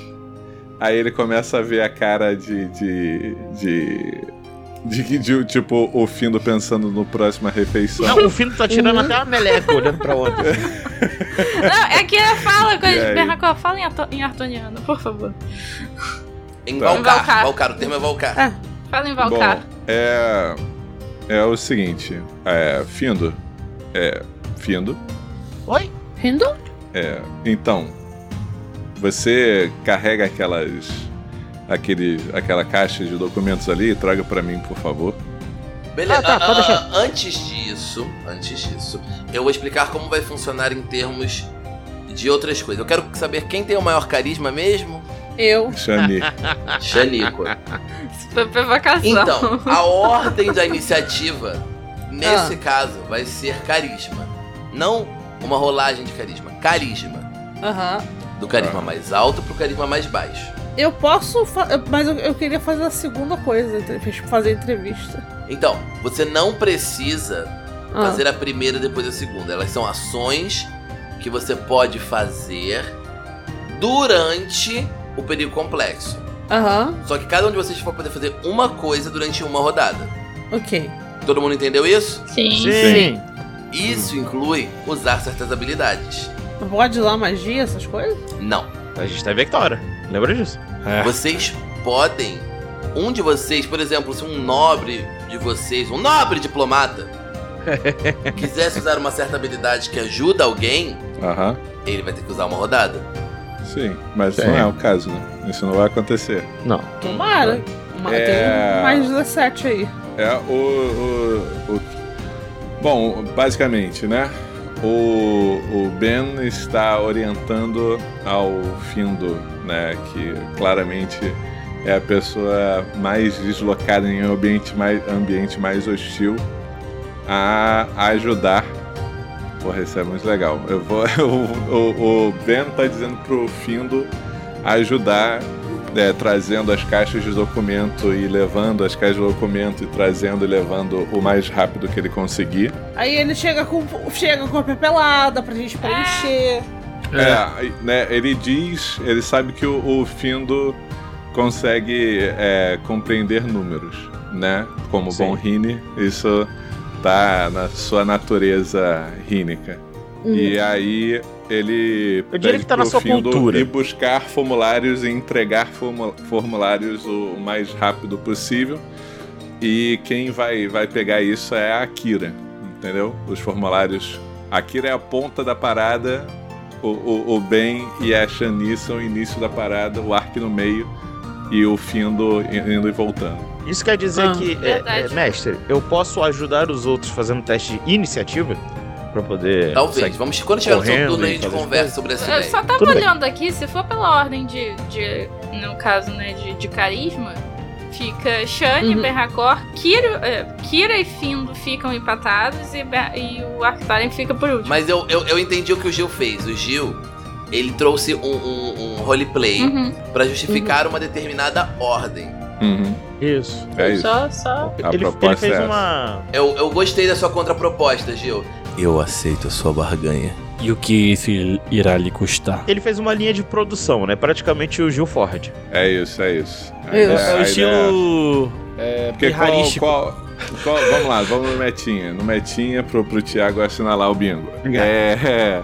aí ele começa a ver a cara de. de. de. de, de, de tipo, o Findo pensando no próxima refeição. Não, o Fino tá tirando até uma meleca olhando pra onde. Não, é que ele fala E coisa de aí? Berracó. Fala em, Arto- em Artoniano, por favor. Em Tá. Valcar. Valcar. Valcar, o termo é Valcar. Fala em Bom, Valcar. é. É o seguinte. É. Findo. É. Findo. Oi? Rindo? É. Então. Você carrega aquelas. Aquele, aquela caixa de documentos ali e traga pra mim, por favor. Beleza. Ah, tá, pode Ah, ah, deixar. antes disso, antes disso, eu vou explicar como vai funcionar em termos de outras coisas. Eu quero saber quem tem o maior carisma mesmo. Eu. Chani. Xanico. Isso foi provocação. Então, a ordem da iniciativa, Ah. nesse caso, vai ser carisma. Não uma rolagem de carisma. Carisma. Aham. Do carisma Ah. mais alto pro carisma mais baixo. Eu posso. fa- Mas eu, eu queria fazer a segunda coisa, entre- fazer entrevista. Então, você não precisa Ah. fazer a primeira e depois a segunda. Elas são ações que você pode fazer durante o período complexo. Aham, Só que cada um de vocês vai poder fazer uma coisa durante uma rodada. ok. Todo mundo entendeu isso? Sim. Sim. Isso inclui usar certas habilidades. Pode usar magia, essas coisas? Não. A gente tá em Victoria. Lembra disso? Vocês podem. Um de vocês, por exemplo, se um nobre de vocês, um nobre diplomata, quisesse usar uma certa habilidade que ajuda alguém, Aham. ele vai ter que usar uma rodada. Sim. Mas Sim. não é o caso, né? Isso não vai acontecer. Não. Tomara. Uma, É. Tem mais 17 aí. É o, o, o- Bom, basicamente, né? O, o Ben está orientando ao Findo, né? Que claramente é a pessoa mais deslocada em um ambiente mais, ambiente mais hostil a ajudar. Porra, isso é muito legal. Eu vou, o, o- o Ben tá dizendo pro Findo ajudar é, trazendo as caixas de documento e levando as caixas de documento e trazendo e levando o mais rápido que ele conseguir. Aí ele chega com, chega com a papelada pra gente preencher. É, né, ele diz, ele sabe que o, o Findo consegue é, compreender números, né? Como Sim. bom Rini, isso tá na sua natureza rínica. Hum. E aí ele Eu diria Uhum. que tá na pro sua Findo cultura. ir buscar formulários e entregar formu- formulários o mais rápido possível. E quem vai, vai pegar isso é a Akira, entendeu? Os formulários. A Akira é a ponta da parada, o, o, o Ben e a Shani são o início da parada, o Ark no meio e o Findo indo e voltando. Isso quer dizer Ah. que, é, Verdade. é, mestre, eu posso ajudar os outros fazendo teste de iniciativa? Pra poder. Talvez. Segue- Vamos, quando tiver o seu correndo turno, a e gente fazer conversa sobre essa Eu ideia. É só tava Tudo bem. olhando aqui, se for pela ordem de, de no caso, né, de, de carisma, fica Shane, Uhum. Berracor, Kira, eh, Kira e Findo ficam empatados e, Ber- e o Arctaren fica por último. Mas eu, eu, eu entendi o que o Gil fez. O Gil, ele trouxe um, um, um roleplay Uhum. pra justificar uma determinada ordem. Isso. É isso. Só, só. A ele, proposta ele fez é essa. uma. Eu, eu gostei da sua contraproposta, Gil. Eu aceito a sua barganha. E o que isso irá lhe custar? Ele fez uma linha de produção, né? Praticamente o Gil Ford. É isso, é isso. A ideia- É, É a o ideia- estilo. É, Porque qual, pirrarístico. qual- qual- Vamos lá, vamos no Metinha. No Metinha pro, pro Thiago assinalar o bingo. Obrigado. É,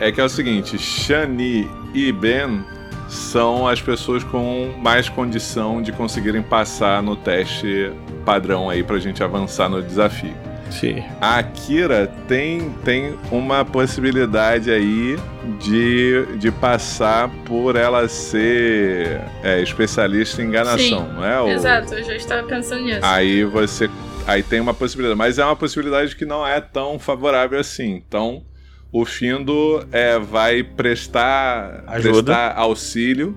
é que é o seguinte: Shani e Ben são as pessoas com mais condição de conseguirem passar no teste padrão aí pra gente avançar no desafio. Sim. A Akira tem, tem uma possibilidade aí de, de passar por ela ser é, especialista em enganação, não é? O- Exato, eu já estava pensando nisso. Aí você. Aí tem uma possibilidade. Mas é uma possibilidade que não é tão favorável assim. Então, o Findo é, vai prestar, Ajuda. prestar auxílio,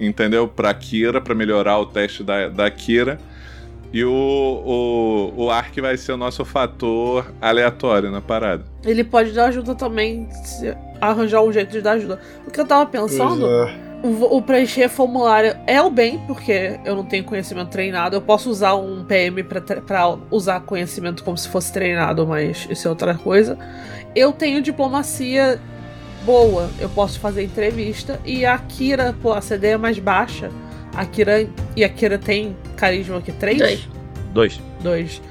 entendeu? Pra Kira, pra melhorar o teste da, da Kira. E o, o, o Ark vai ser o nosso fator aleatório na parada. Ele pode dar ajuda também, se arranjar um jeito de dar ajuda. O que eu tava pensando, é. o, vo- o preencher formulário é o bem, porque eu não tenho conhecimento treinado. Eu posso usar um PM pra, tre- pra usar conhecimento como se fosse treinado, mas isso é outra coisa. Eu tenho diplomacia boa, eu posso fazer entrevista. E a Kira, pô, a CD é mais baixa. A Kira, e a Kira tem carisma que três Dois. Dois. dois.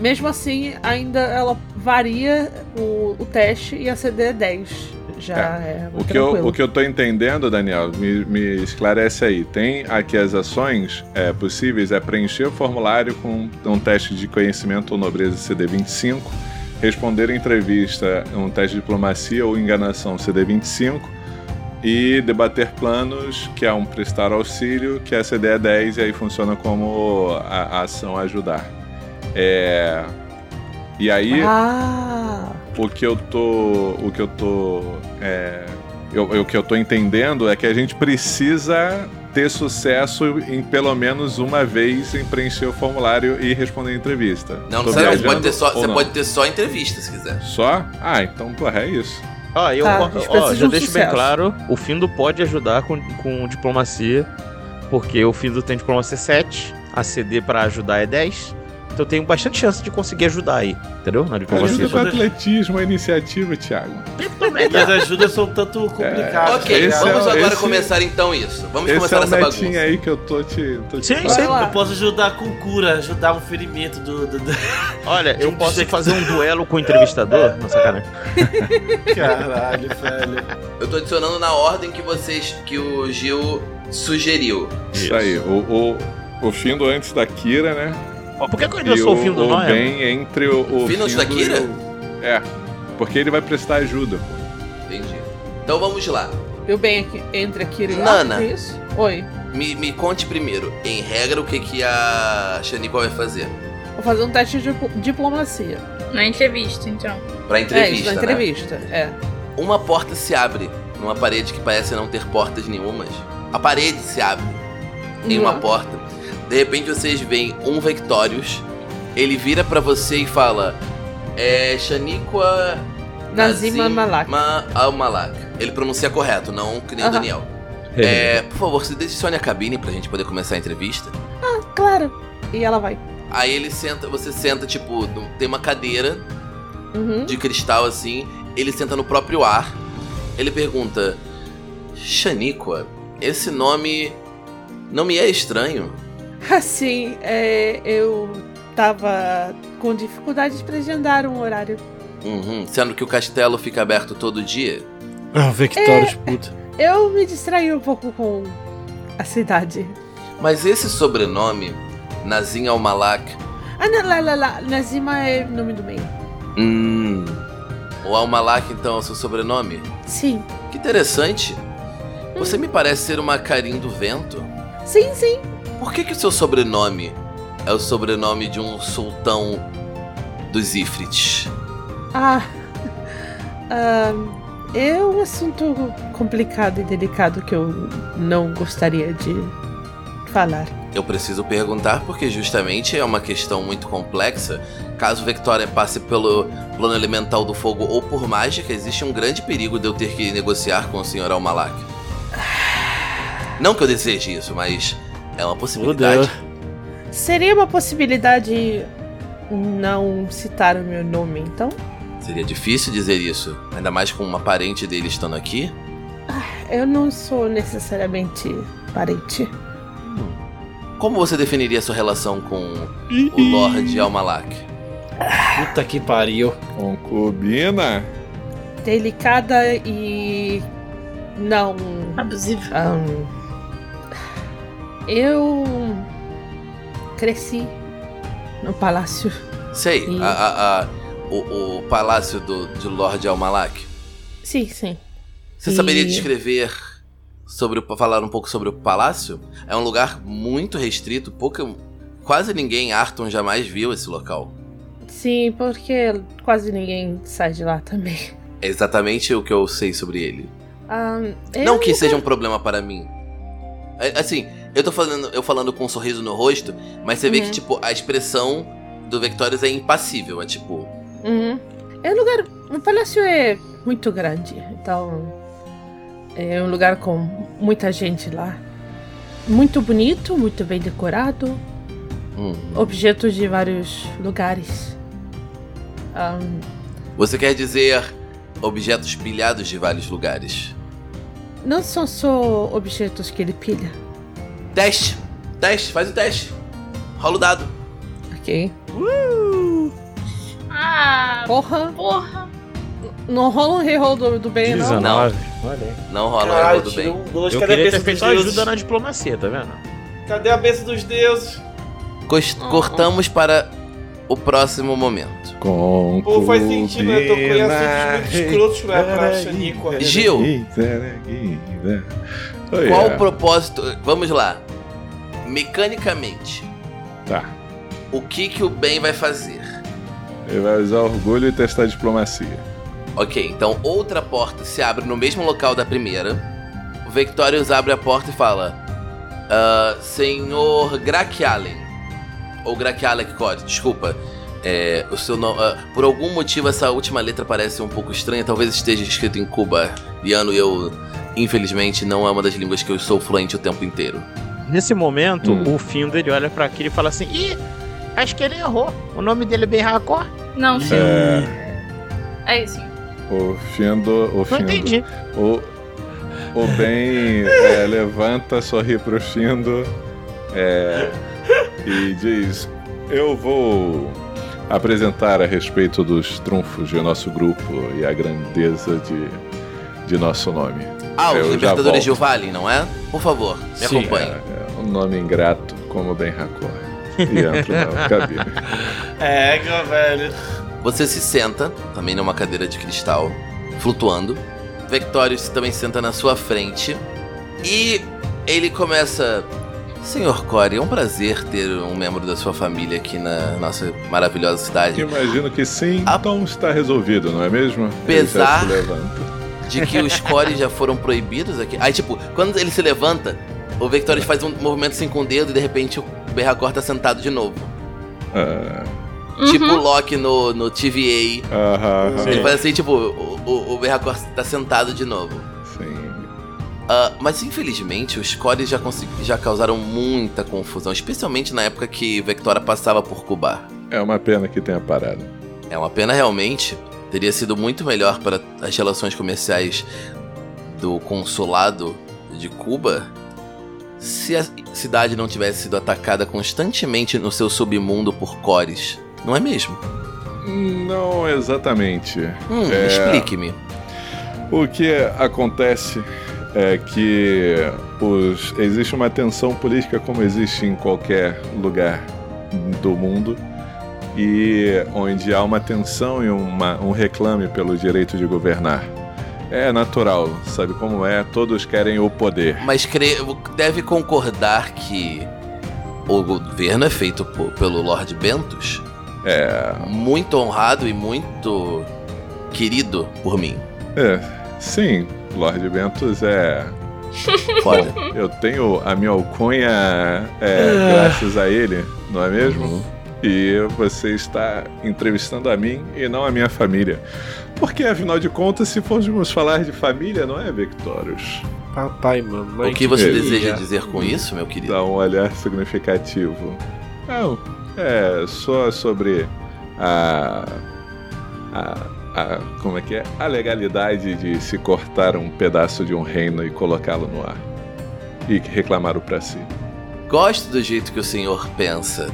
Mesmo assim, ainda ela varia o, o teste e a CD é 10. Já é, O muito que, eu, tranquilo. o que eu tô entendendo, Daniel, me, me esclarece aí. Tem aqui as ações é, possíveis, é preencher o formulário com um teste de conhecimento ou nobreza CD25, responder entrevista, um teste de diplomacia ou enganação CD25, e debater planos, que é um prestar auxílio, que é CD é 10 e aí funciona como a, a ação ajudar. É... E aí Ah, o que eu tô. O que eu tô. é, eu- eu- o que eu tô entendendo é que a gente precisa ter sucesso em pelo menos uma vez em preencher o formulário e responder a entrevista. Não, Tô não sei, você viajando pode ter só, ou você não? pode ter só entrevista se quiser. Só? Ah, então, porra, é isso. Ó, Ah, eu Tá, a ó, gente ó, precisa de já um deixo bem sucesso. claro, o Findo pode ajudar com, com diplomacia, porque o Findo tem diplomacia 7, a CD pra ajudar é 10, então eu tenho bastante chance de conseguir ajudar aí, entendeu? Na Cara, diplomacia. isso Precisa do de- atletismo, a iniciativa, Thiago. Minhas ajudas são um tanto complicadas. tá ok, É, esse ligado? vamos é o- agora esse- começar então isso. Vamos Esse começar é o essa netinho bagunça. aí que eu tô te. Tô te Sim, falando. sim. vai lá. Eu posso ajudar com cura, ajudar um ferimento do. do, do... Olha, eu Gente, posso gente. fazer um duelo com o entrevistador? Nossa, cara. Caralho, velho. Eu tô adicionando na ordem que vocês. que o Gil sugeriu. Isso aí. O, o, o Findo antes da Kira, né? Ó, Por que, que eu ainda E sou o Findo, o, não é? Ben entre o. o Findo antes da e Kira? o- É. Porque ele vai prestar ajuda. Entendi. Então vamos lá. eu bem aqui, entre a Kira e a Nana. Kira, isso? Oi. Me, me conte primeiro, em regra, o que, que a Xaniqua vai fazer? Vou fazer um teste de dip- diplomacia. Na entrevista, então. Pra é isso, entrevista. na né? entrevista. É. Uma porta se abre numa parede que parece não ter portas nenhumas. A parede se abre em uma Uhum. porta. De repente vocês veem um Vectorius. Ele vira pra você e fala: É. Shaniqua. é. Nazima Malak. Ma- Al-Malak. Ele pronuncia correto, não que nem o Aham. Daniel. É, por favor, se direcione a cabine pra gente poder começar a entrevista. Claro. E ela vai. Aí ele senta, você senta, tipo, num- tem uma cadeira Uhum. de cristal assim, ele senta no próprio ar. Ele pergunta: Xaniqua, esse nome não me é estranho. Assim, é, eu tava com dificuldades pra agendar um horário. Uhum, Sendo que o castelo fica aberto todo dia. Ah, Victorious, puta. Eu me distraí um pouco com a cidade. Mas esse sobrenome, Nazim Almalak, Ah, não, lá, lá, lá. Nazima é nome do meio. hum, o Almalak então é o seu sobrenome? Sim. Que interessante. Você me parece ser uma carinha do vento. Sim, sim. Por que que o seu sobrenome é o sobrenome de um sultão dos Ifrits? Ah. ah, é um assunto complicado e delicado que eu não gostaria de falar. Eu preciso perguntar porque justamente é uma questão muito complexa. Caso Victoria passe pelo plano elemental do fogo ou por mágica, existe um grande perigo de eu ter que negociar com o Sr. Almalak. Não que eu deseje isso, mas é uma possibilidade. Seria uma possibilidade não citar o meu nome, então? Seria difícil dizer isso, ainda mais com uma parente dele estando aqui. Eu não sou necessariamente parente. Como você definiria sua relação com o Lorde Almalak? É. Puta que pariu. Concubina? Delicada e. não. Abusivo. ahn, eu. cresci no palácio. Sei, Hum. a- a- a- o, o palácio do, de Lorde Almalak. Sim, sim. Você saberia E- descrever sobre o, falar um pouco sobre o palácio? É um lugar muito restrito, pouca, quase ninguém em Arton jamais viu esse local. Sim, porque quase ninguém sai de lá também. É exatamente o que eu sei sobre ele. Ahn, eu Não que seja um problema para mim. É, assim, eu tô falando, eu falando com um sorriso no rosto, mas você vê Uhum. que tipo a expressão do Vectorius é impassível, é tipo, Uhum. É um lugar. O palácio é muito grande, então. É um lugar com muita gente lá. Muito bonito, muito bem decorado. hum. Objetos de vários lugares. Ahn, Você quer dizer objetos pilhados de vários lugares. Não são só objetos que ele pilha. Teste! Teste, faz o teste. Rola o dado. Ok. Ah, Porra. porra. Não rola um reroll do, do bem, não. 19. É, Olha aí. Não rola, Caralho, tudo tirei bem. um dois. Eu Cadê a queria ter bênção dos feito ajuda deuses? na diplomacia, tá vendo? Cadê a bênção dos deuses? Cos- Cortamos para o próximo momento. Com Pô, faz sentido, eu tô assim, conhecendo os escrotos é pra, né? pra Xanico. Gil. Oi, Qual é. o propósito? Vamos lá. Mecanicamente, Tá. o que que o Ben vai fazer? Ele vai usar orgulho e testar a diplomacia. Ok, então outra porta se abre no mesmo local da primeira. O Victorious abre a porta e fala: "Ah, Senhor Grakialen. Ou Grakialek Cod, desculpa. É, o seu nome. ah, por algum motivo essa última letra parece um pouco estranha, talvez esteja escrito em cubaiano e eu, infelizmente, não é uma das línguas que eu sou fluente o tempo inteiro. Nesse momento, Hum. o Findo ele olha pra Kira e fala assim: Ih, acho que ele errou. O nome dele é Ben Hakor. Não, sim. É, É isso. o Findo. O Não Findo. entendi. O, o Ben é, levanta, sorri pro Findo é, e diz: Eu vou apresentar a respeito dos trunfos de nosso grupo e a grandeza de, de nosso nome. Ah, os Eu já Libertadores de volto. Vale, não é? Por favor, me Sim, acompanhe. É, um nome ingrato como Ben Hakor. E entra na cabine. É, velho. Você se senta, também numa cadeira de cristal, flutuando. Vectorius se também senta na sua frente. E ele começa. Senhor Core, é um prazer ter um membro da sua família aqui na nossa maravilhosa cidade. Imagino que sim, A- então está resolvido, não é mesmo? Ele já Pesar- se levanta. De que os Core já foram proibidos aqui. Aí, tipo, quando ele se levanta, o Vectorius faz um movimento assim com o dedo e de repente o Berracor tá sentado de novo. Ah, Tipo o Uhum. Loki no, no TVA. aham, aham, Ele faz assim, tipo, o, o, o Berracor tá sentado de novo. sim. Ah, mas infelizmente os cores já, consegui- já causaram muita confusão, especialmente na época que Vectora passava por Cuba. É uma pena que tenha parado. É uma pena realmente. Teria sido muito melhor para as relações comerciais do consulado de Cuba se a cidade não tivesse sido atacada constantemente no seu submundo por cores. Não é mesmo? Não exatamente. Hum, É. explique-me. O que acontece é que os- existe uma tensão política como existe em qualquer lugar do mundo e onde há uma tensão e uma- um reclame pelo direito de governar. É natural, sabe como é? Todos querem o poder. Mas cre- deve concordar que o governo é feito po- pelo Lord Bentos. É, muito honrado e muito querido por mim. é, sim, Lorde Ventus é Foda. Eu tenho a minha alcunha é, graças a ele, não é mesmo? E você está entrevistando a mim e não a minha família. Porque, afinal de contas, se formos falar de família, não é, Victorious? Papai, mamãe. o que você querido. deseja dizer Hum. com isso, Tá. meu querido? Dá um olhar significativo. Não, é só sobre a, a, a. Como é que é? A legalidade de se cortar um pedaço de um reino e colocá-lo no ar. E reclamar o pra si. Gosto do jeito que o senhor pensa.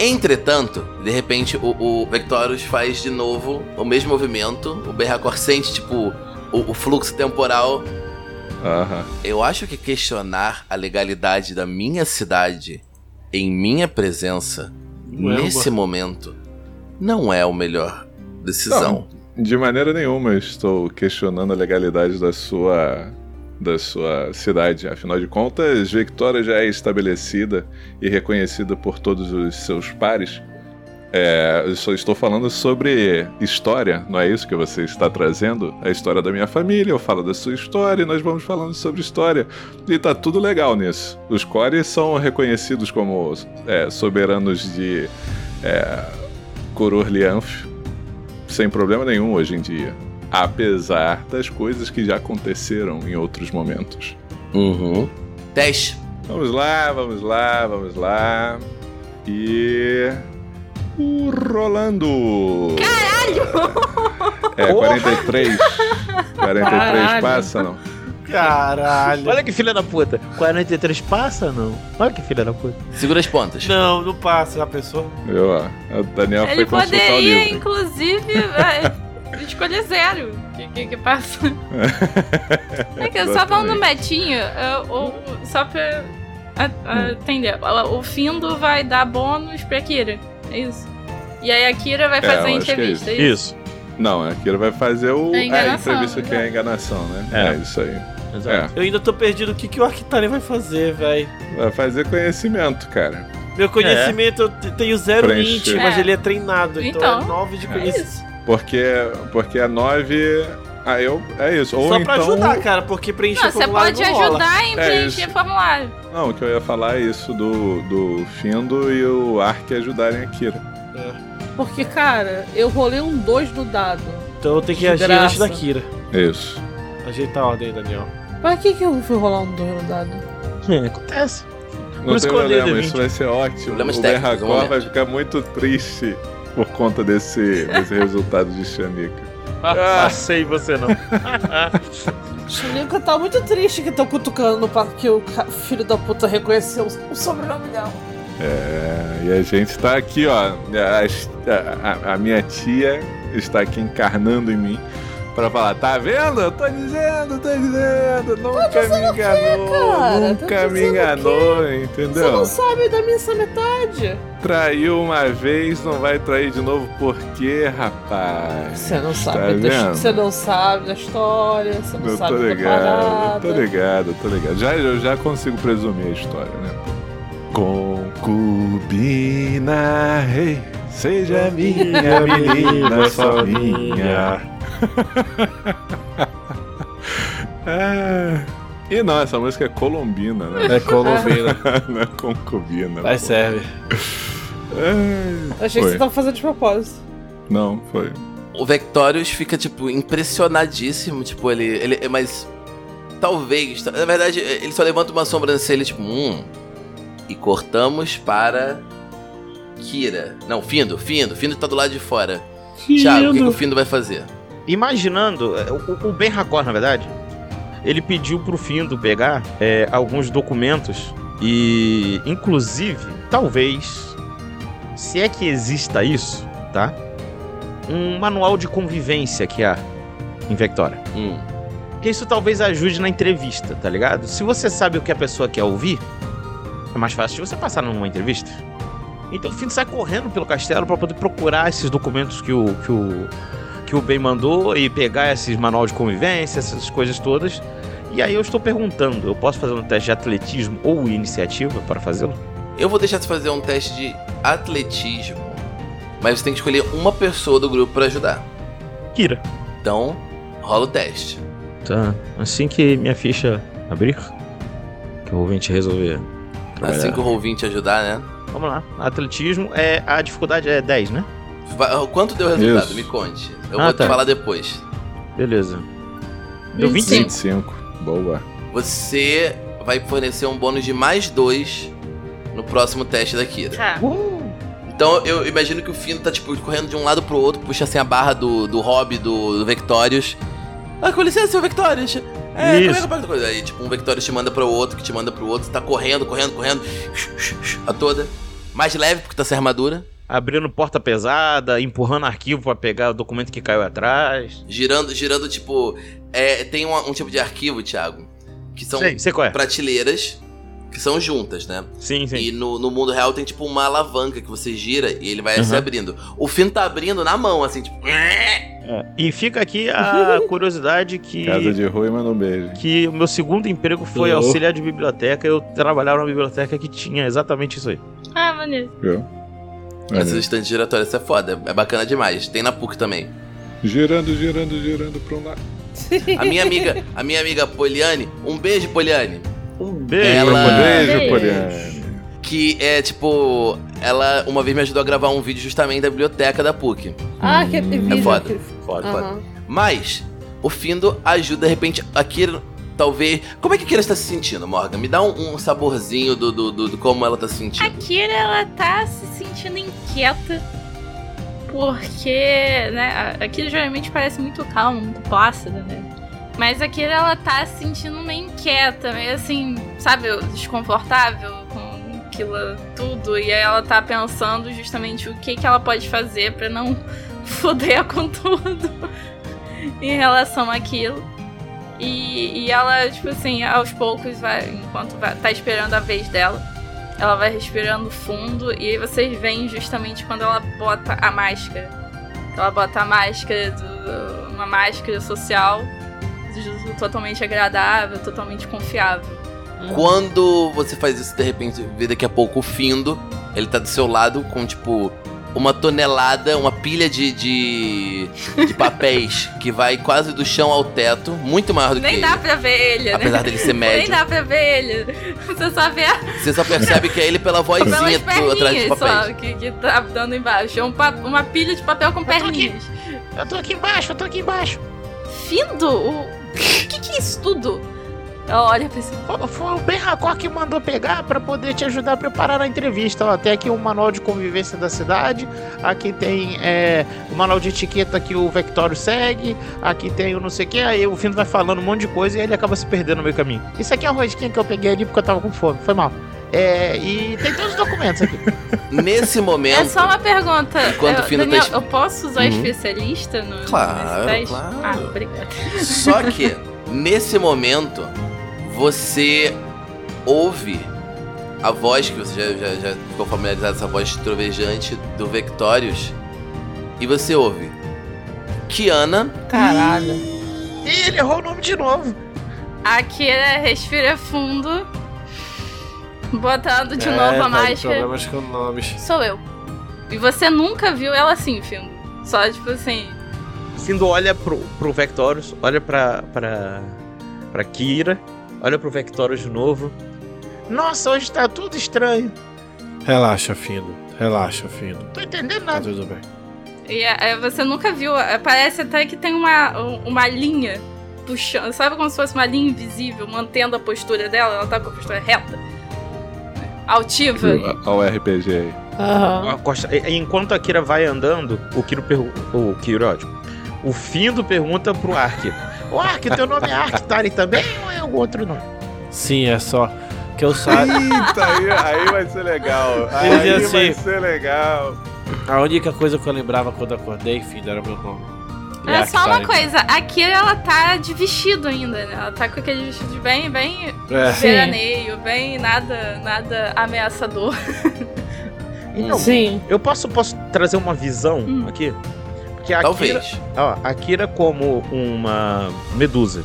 Entretanto, de repente o, o Vectorus faz de novo o mesmo movimento, o Berracor sente, tipo, o, o fluxo temporal. Aham. Eu acho que questionar a legalidade da minha cidade em minha presença, Não é uma- nesse momento, não é a melhor decisão. De maneira nenhuma eu estou questionando a legalidade da sua da sua cidade. Afinal de contas, Victoria já é estabelecida e reconhecida por todos os seus pares. É, eu só estou falando sobre história, não é isso que você está trazendo? A história da minha família, eu falo da sua história e nós vamos falando sobre história. E tá tudo legal nisso. Os cores são reconhecidos como é, soberanos de é, Corurlianf, sem problema nenhum hoje em dia. Apesar das coisas que já aconteceram em outros momentos. Uhum. Teste. Vamos lá, vamos lá, vamos lá. E. O Rolando! Caralho! É, 43. 43 Caralho. passa, não? Caralho. Olha que filha da puta. 43 passa, não? Olha que filha da puta. Segura as pontas. Não, não passa a pessoa. Eu, ó. O Daniel Ele foi um consultar o poderia, livro. inclusive, é, escolher zero. Que, que, que passa? É que eu só vão no Exatamente. metinho, é, ou, só pra a- a- entender. Ela- O Findo vai dar bônus pra Kira. É isso. E aí a Kira vai eu fazer a acho que é entrevista. é isso? Isso. Não, é que ele vai fazer o. É É, a enganação, entrevista que é a né? enganação, né? É. É, isso aí. Exato. Eu ainda tô perdido o que, que o Arctaren vai fazer, velho. É, Vai fazer conhecimento, cara. Meu conhecimento, eu te- tenho zero Preenche. int, mas É. ele é treinado, então, Então, é 9 de É conhecimento. isso. Porque, porque a 9. Aí eu. É isso. Ou Só então. pra ajudar, cara, porque preencher Não, o você formulário pode não rola. ajudar em É preencher isso. formulário. Não, o que eu ia falar é isso do, do Findo e o Ark ajudarem a Kira. Porque, cara, eu rolei um 2 no dado. Então eu tenho que De agir graça. antes da Kira. É Isso. Ajeita a ordem, Daniel. Pra que que eu fui rolar um 2 no dado? É, acontece. Não Por tem escolher, problema, gente. isso vai ser ótimo. Problemas o técnicos, vamos ver. Berracor vai ficar muito triste por conta desse, desse resultado de Xanica. Ah, sei você não. Chilinka tá muito triste que estão cutucando pra que o ca- filho da puta reconheceu o sobrenome dela. É, e a gente tá aqui, ó. As- A, a- a minha tia está aqui encarnando em mim pra falar: tá vendo? Eu tô dizendo, tô dizendo. Nunca me enganou, cara? Tô nunca me dizendo o quê? enganou, Você entendeu? não sabe da minha essa metade? Traiu uma vez, não vai trair de novo, por quê, rapaz? Você não sabe, Tá da- vendo? você não sabe da história, você não Eu tô sabe da ligado, eu parada. tô ligado, eu tô ligado. Já, eu já consigo presumir a história, né? Concubina, rei, seja minha menina, só minha. Ah, E não, essa música é colombina, né? É colombina. Não é concubina. Aí pô. É. serve. Ah, Eu Achei que Foi. você tava fazendo de propósito. Não, foi. O Vectorius fica, tipo, impressionadíssimo. Tipo, ele. ele mas. Talvez. Na verdade, ele só levanta uma sobrancelha, tipo, hum. E cortamos para. Kira. Não, Findo, Findo. Findo tá do lado de fora. Thiago, o que, que o Findo vai fazer? Imaginando, é, o, o Ben Hakor, na verdade, ele pediu pro Findo pegar é, alguns documentos e, inclusive, talvez, se é que exista isso, tá? Um manual de convivência que há em Vectora. Hum. Porque isso talvez ajude na entrevista, tá ligado? Se você sabe o que a pessoa quer ouvir, é mais fácil de você passar numa entrevista. Então o Finn sai correndo pelo castelo pra poder procurar esses documentos que o, que o que o Ben mandou e pegar esses manual de convivência, essas coisas todas. E aí eu estou perguntando, eu posso fazer um teste de atletismo ou iniciativa para fazê-lo? Eu vou deixar você fazer um teste de atletismo. Mas você tem que escolher uma pessoa do grupo pra ajudar. Kira. Então, rola o teste. Tá. Assim que minha ficha abrir, que eu vou vir te resolver. Assim Trabalhar. que o Roll 20 ajudar, né? Vamos lá. Atletismo é a dificuldade é 10, né? Va- Quanto deu o resultado? Isso. Me conte. Eu Ah, vou te tá. falar depois. Beleza. Deu 25. 25. Boa. Você vai fornecer um bônus de mais dois no próximo teste da Kira. Tá. Então eu imagino que o Fino tá, tipo, correndo de um lado pro outro, puxa assim a barra do, do hobby do, do Vectorius. Ah, com licença, seu Vectorius. É, Isso. como é que eu pago outra coisa? Aí, tipo, um Vectorius te manda pro outro, que te manda pro outro, tá correndo, correndo, correndo. A toda. Mais leve, porque tá sem armadura. Abrindo porta pesada, empurrando arquivo pra pegar o documento que caiu atrás. Girando, girando, tipo. é, tem um, um tipo de arquivo, Thiago, que são Sei, sei qual é. prateleiras, que são juntas, né? Sim, sim. E no, no mundo real tem tipo uma alavanca que você gira e ele vai se Aham. abrindo. O Finn tá abrindo na mão, assim, tipo. E fica aqui a curiosidade que Casa de Rui, manda um beijo. que o meu segundo emprego foi Oh. auxiliar de biblioteca. Eu trabalhava numa biblioteca que tinha exatamente isso aí. Ah, maneiro. Viu? Essas Olha. estantes giratórias, isso é foda. É bacana demais. Tem na PUC também. Girando, girando, girando pra um lado. A minha amiga, a minha amiga Poliane, um beijo, Poliane. Um beijo. Ela- pra poder- Beijo, é. Beijo. Poliane. Que é tipo. Ela uma vez me ajudou a gravar um vídeo justamente da biblioteca da PUC. Ah, aquele vídeo. É foda. aquele- Foda, foda. Aham. Mas, o Findo ajuda, de repente, a Kira, talvez. Como é que a Kira está se sentindo, Morgan? Me dá um, um saborzinho do, do, do- do como ela tá se A sentindo. Kira, ela tá se sentindo inquieta. Porque, né, a- aquilo geralmente parece muito calmo, muito plácido, né? Mas aquilo ela tá se sentindo meio inquieta, meio assim, sabe, desconfortável com aquilo tudo. E aí ela tá pensando justamente o que, que ela pode fazer pra não foder com tudo em relação àquilo. E, e ela, tipo assim, aos poucos, vai, enquanto vai, tá esperando a vez dela, ela vai respirando fundo e aí vocês veem justamente quando ela bota a máscara. Ela bota a máscara, do, uma máscara social do- totalmente agradável, totalmente confiável. Quando você faz isso, de repente, vê daqui a pouco o Findo, ele tá do seu lado com, tipo, uma tonelada, uma pilha de, de, de papéis que vai quase do chão ao teto, muito maior do Nem que dá ele. pra ver ele, né? Apesar dele ser Nem médio. dá pra ver ele. Você só vê a- Você só percebe que é ele pela vozinha pelas tu- atrás de perninhas papéis. só, que, que tá dando embaixo. É um pa- uma pilha de papel com perninhas. Eu tô aqui embaixo, eu tô aqui embaixio. Findo? O o que, que é isso tudo? Ela olha pra esse. Ó, Foi o Ben Racor que mandou pegar pra poder te ajudar a preparar a entrevista. Ó, tem aqui o manual de convivência da cidade, aqui tem é, o manual de etiqueta que o Vectório segue, aqui tem o não sei o que, aí o Findo vai falando um monte de coisa e ele acaba se perdendo no meio caminho. Isso aqui é uma rosquinha que eu peguei ali porque eu tava com fome, foi mal. É, e tem todos os documentos aqui. Nesse momento. É só uma pergunta. Enquanto o eu, Findo Daniel, tá es- eu posso usar Uhum. especialista no, Claro, nesse teste? claro. Ah, obrigada. Só que, nesse momento, você ouve a voz, que você já, já, já ficou familiarizado, essa voz trovejante do Vectorius, e você ouve Kiana, Caralho. E ele errou o nome de novo. Akira respira fundo. Botando É, de tá novo a máscara. É, problemas com nomes. Sou eu. E você nunca viu ela assim, Findo. Só tipo assim. Sindo olha pro, pro Vectorus, olha pra, pra, pra Kira, olha pro Vectorus de novo. Nossa, hoje tá tudo estranho. Relaxa, Fino. Relaxa, Fino. Tô entendendo Tá nada. tudo bem. E é, você nunca viu. é, Parece até que tem uma, um, uma linha puxando. Sabe como se fosse uma linha invisível, mantendo a postura dela? Ela tá com a postura reta. Altiva. Olha o RPG aí. Aham. Ó, Ah, Costa- e- Enquanto a Kira vai andando, o Kiro pergunta. O Kiro, ó, tipo, o Findo pergunta pro Ark. Ô Ark, teu nome é Arktari também ou é algum outro nome? Sim, é só que eu saiba. Eita, tá aí, aí vai ser legal. Eu Aí dizia vai assim. ser legal. A única coisa que eu lembrava quando acordei, filho, era o meu nome. E É só Arctari. uma coisa, a Kira ela tá de vestido ainda, né? Ela tá com aquele vestido bem, bem É. veraneio, bem nada, nada ameaçador. Então, Sim. eu posso, posso trazer uma visão Hum. aqui? Que a Kira- talvez. Ó, a Kira como uma medusa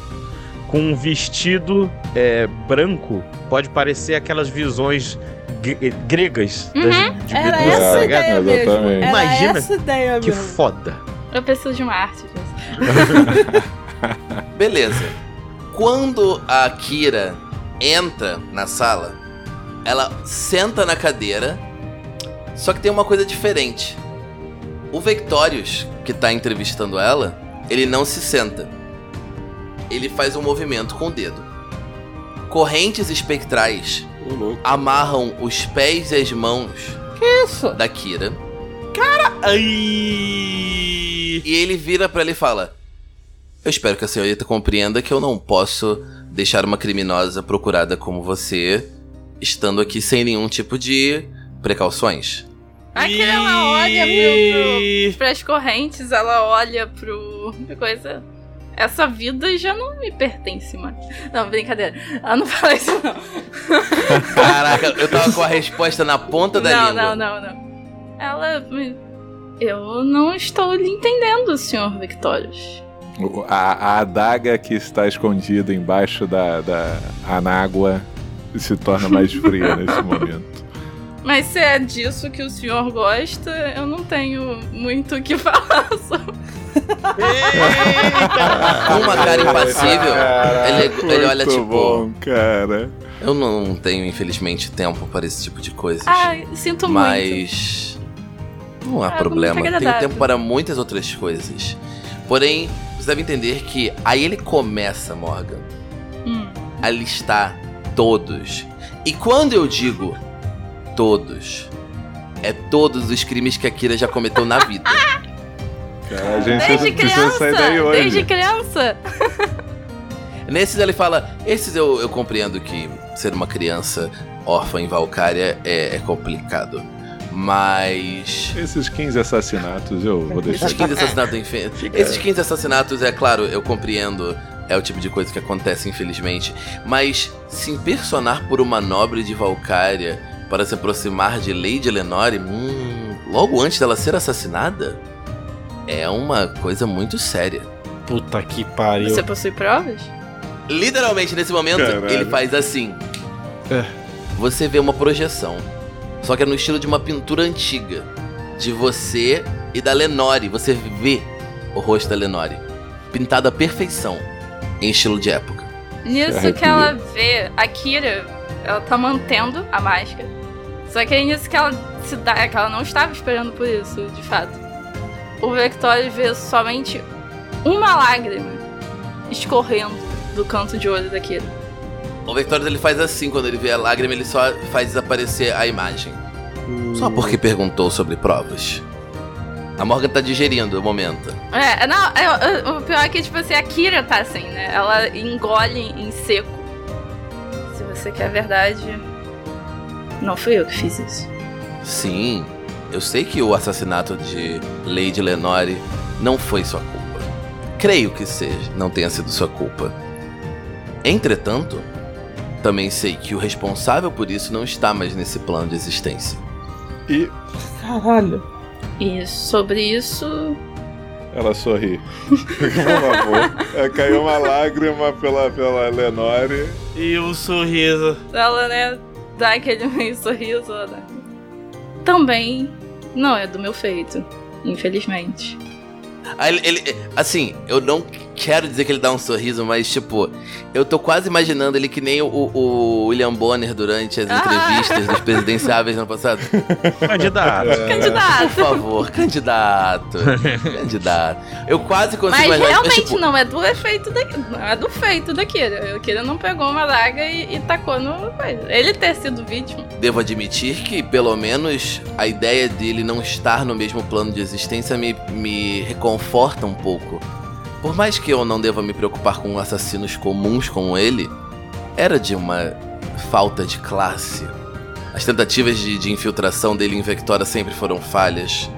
com um vestido é, branco pode parecer aquelas visões gre- eh, gregas das- Uhum. de Era medusa, é essa tá a ideia ligado? mesmo. Ah, Exatamente. Era Imagina essa a ideia Que mesmo. foda. Eu preciso de uma arte disso. Beleza. Quando a Kira entra na sala, ela senta na cadeira. Só que tem uma coisa diferente. O Vectorius, que tá entrevistando ela, ele não se senta. Ele faz um movimento com o dedo. Correntes espectrais Ô, louco. amarram os pés e as mãos Isso. da Kira. Ai! E ele vira pra ela e fala: Eu espero que a senhorita compreenda que eu não posso deixar uma criminosa procurada como você estando aqui sem nenhum tipo de precauções. A Kira ela olha pro, pro, pras correntes, ela olha pro. pra coisa. Essa vida já não me pertence, mano. Não, brincadeira. Ela não fala isso, não. Caraca, eu tava com a resposta na ponta da não, língua. não, não, não. Ela. me- Eu não estou lhe entendendo, senhor Victorious. O- A, a adaga que está escondida embaixo da, da anágua se torna mais fria nesse momento. Mas se é disso que o senhor gosta, eu não tenho muito o que falar sobre. Com uma cara impassível, Ah. ele, ele olha Muito tipo: bom, cara. Eu não tenho, infelizmente, tempo para esse tipo de coisas. Ai, sinto Ah, muito. mas não há Ah, problema. muito Tenho agradável. tempo para muitas outras coisas. Porém, você deve entender que aí ele começa, Morgan, Hum. a listar todos. E quando eu digo todos, É todos os crimes que a Kira já cometeu na vida. Cara, a gente Desde precisa criança! sair daí hoje. Desde criança! Nesses ele fala, esses eu, eu compreendo que ser uma criança órfã em Valkyria é, é complicado. Mas. Esses 15 assassinatos eu vou deixar. Esses 15 assassinatos, enfim. Esses 15 assassinatos, é claro, eu compreendo. É o tipo de coisa que acontece, infelizmente. Mas se impersonar por uma nobre de Valkyria para se aproximar de Lady Lenore, hum, logo antes dela ser assassinada, é uma coisa muito séria. Puta que pariu. Você possui provas? Literalmente, nesse momento, Caralho. ele faz assim. É. Você vê uma projeção. Só que é no estilo de uma pintura antiga. De você e da Lenore. Você vê o rosto da Lenore. Pintado à perfeição. Em estilo de época. Nisso Arrepio. que ela vê, a Kira, ela tá mantendo a máscara. Só que aí nisso que ela se dá, é que ela não estava esperando por isso, de fato. O Vector vê somente uma lágrima escorrendo do canto de olho da Kira. O Victorious ele faz assim quando ele vê a lágrima, ele só faz desaparecer a imagem. Só porque perguntou sobre provas. A Morgan tá digerindo o momento. É, não, é, é, o pior é que, tipo assim, a Kira tá assim, né? Ela engole em seco. Se você quer a verdade, não fui eu que fiz isso. Sim, eu sei que o assassinato de Lady Lenore não foi sua culpa. Creio que seja, não tenha sido sua culpa. Entretanto, também sei que o responsável por isso não está mais nesse plano de existência. E Caralho. E sobre isso, ela sorri. Por favor. É, Caiu uma lágrima pela, pela Lenore. E um sorriso. Ela, né, dá aquele meio sorriso, né? Também não é do meu feito, infelizmente. Aí Ah, ele, ele- assim, eu não quero dizer que ele dá um sorriso, mas tipo, eu tô quase imaginando ele que nem o, o William Bonner durante as Ah. entrevistas dos presidenciáveis no ano passado. Candidato. Por Candidato! favor, candidato. candidato. Eu quase consigo Mas imaginar. realmente tipo, não é do efeito da, não é do feito da Kira. A Kira não pegou uma daga e, e tacou no. coisa. Ele ter sido vítima. Devo admitir que, pelo menos, a ideia dele não estar no mesmo plano de existência me, me reconforta um pouco. Por mais que eu não deva me preocupar com assassinos comuns como ele, era de uma falta de classe. As tentativas de, de infiltração dele em Vectora sempre foram falhas.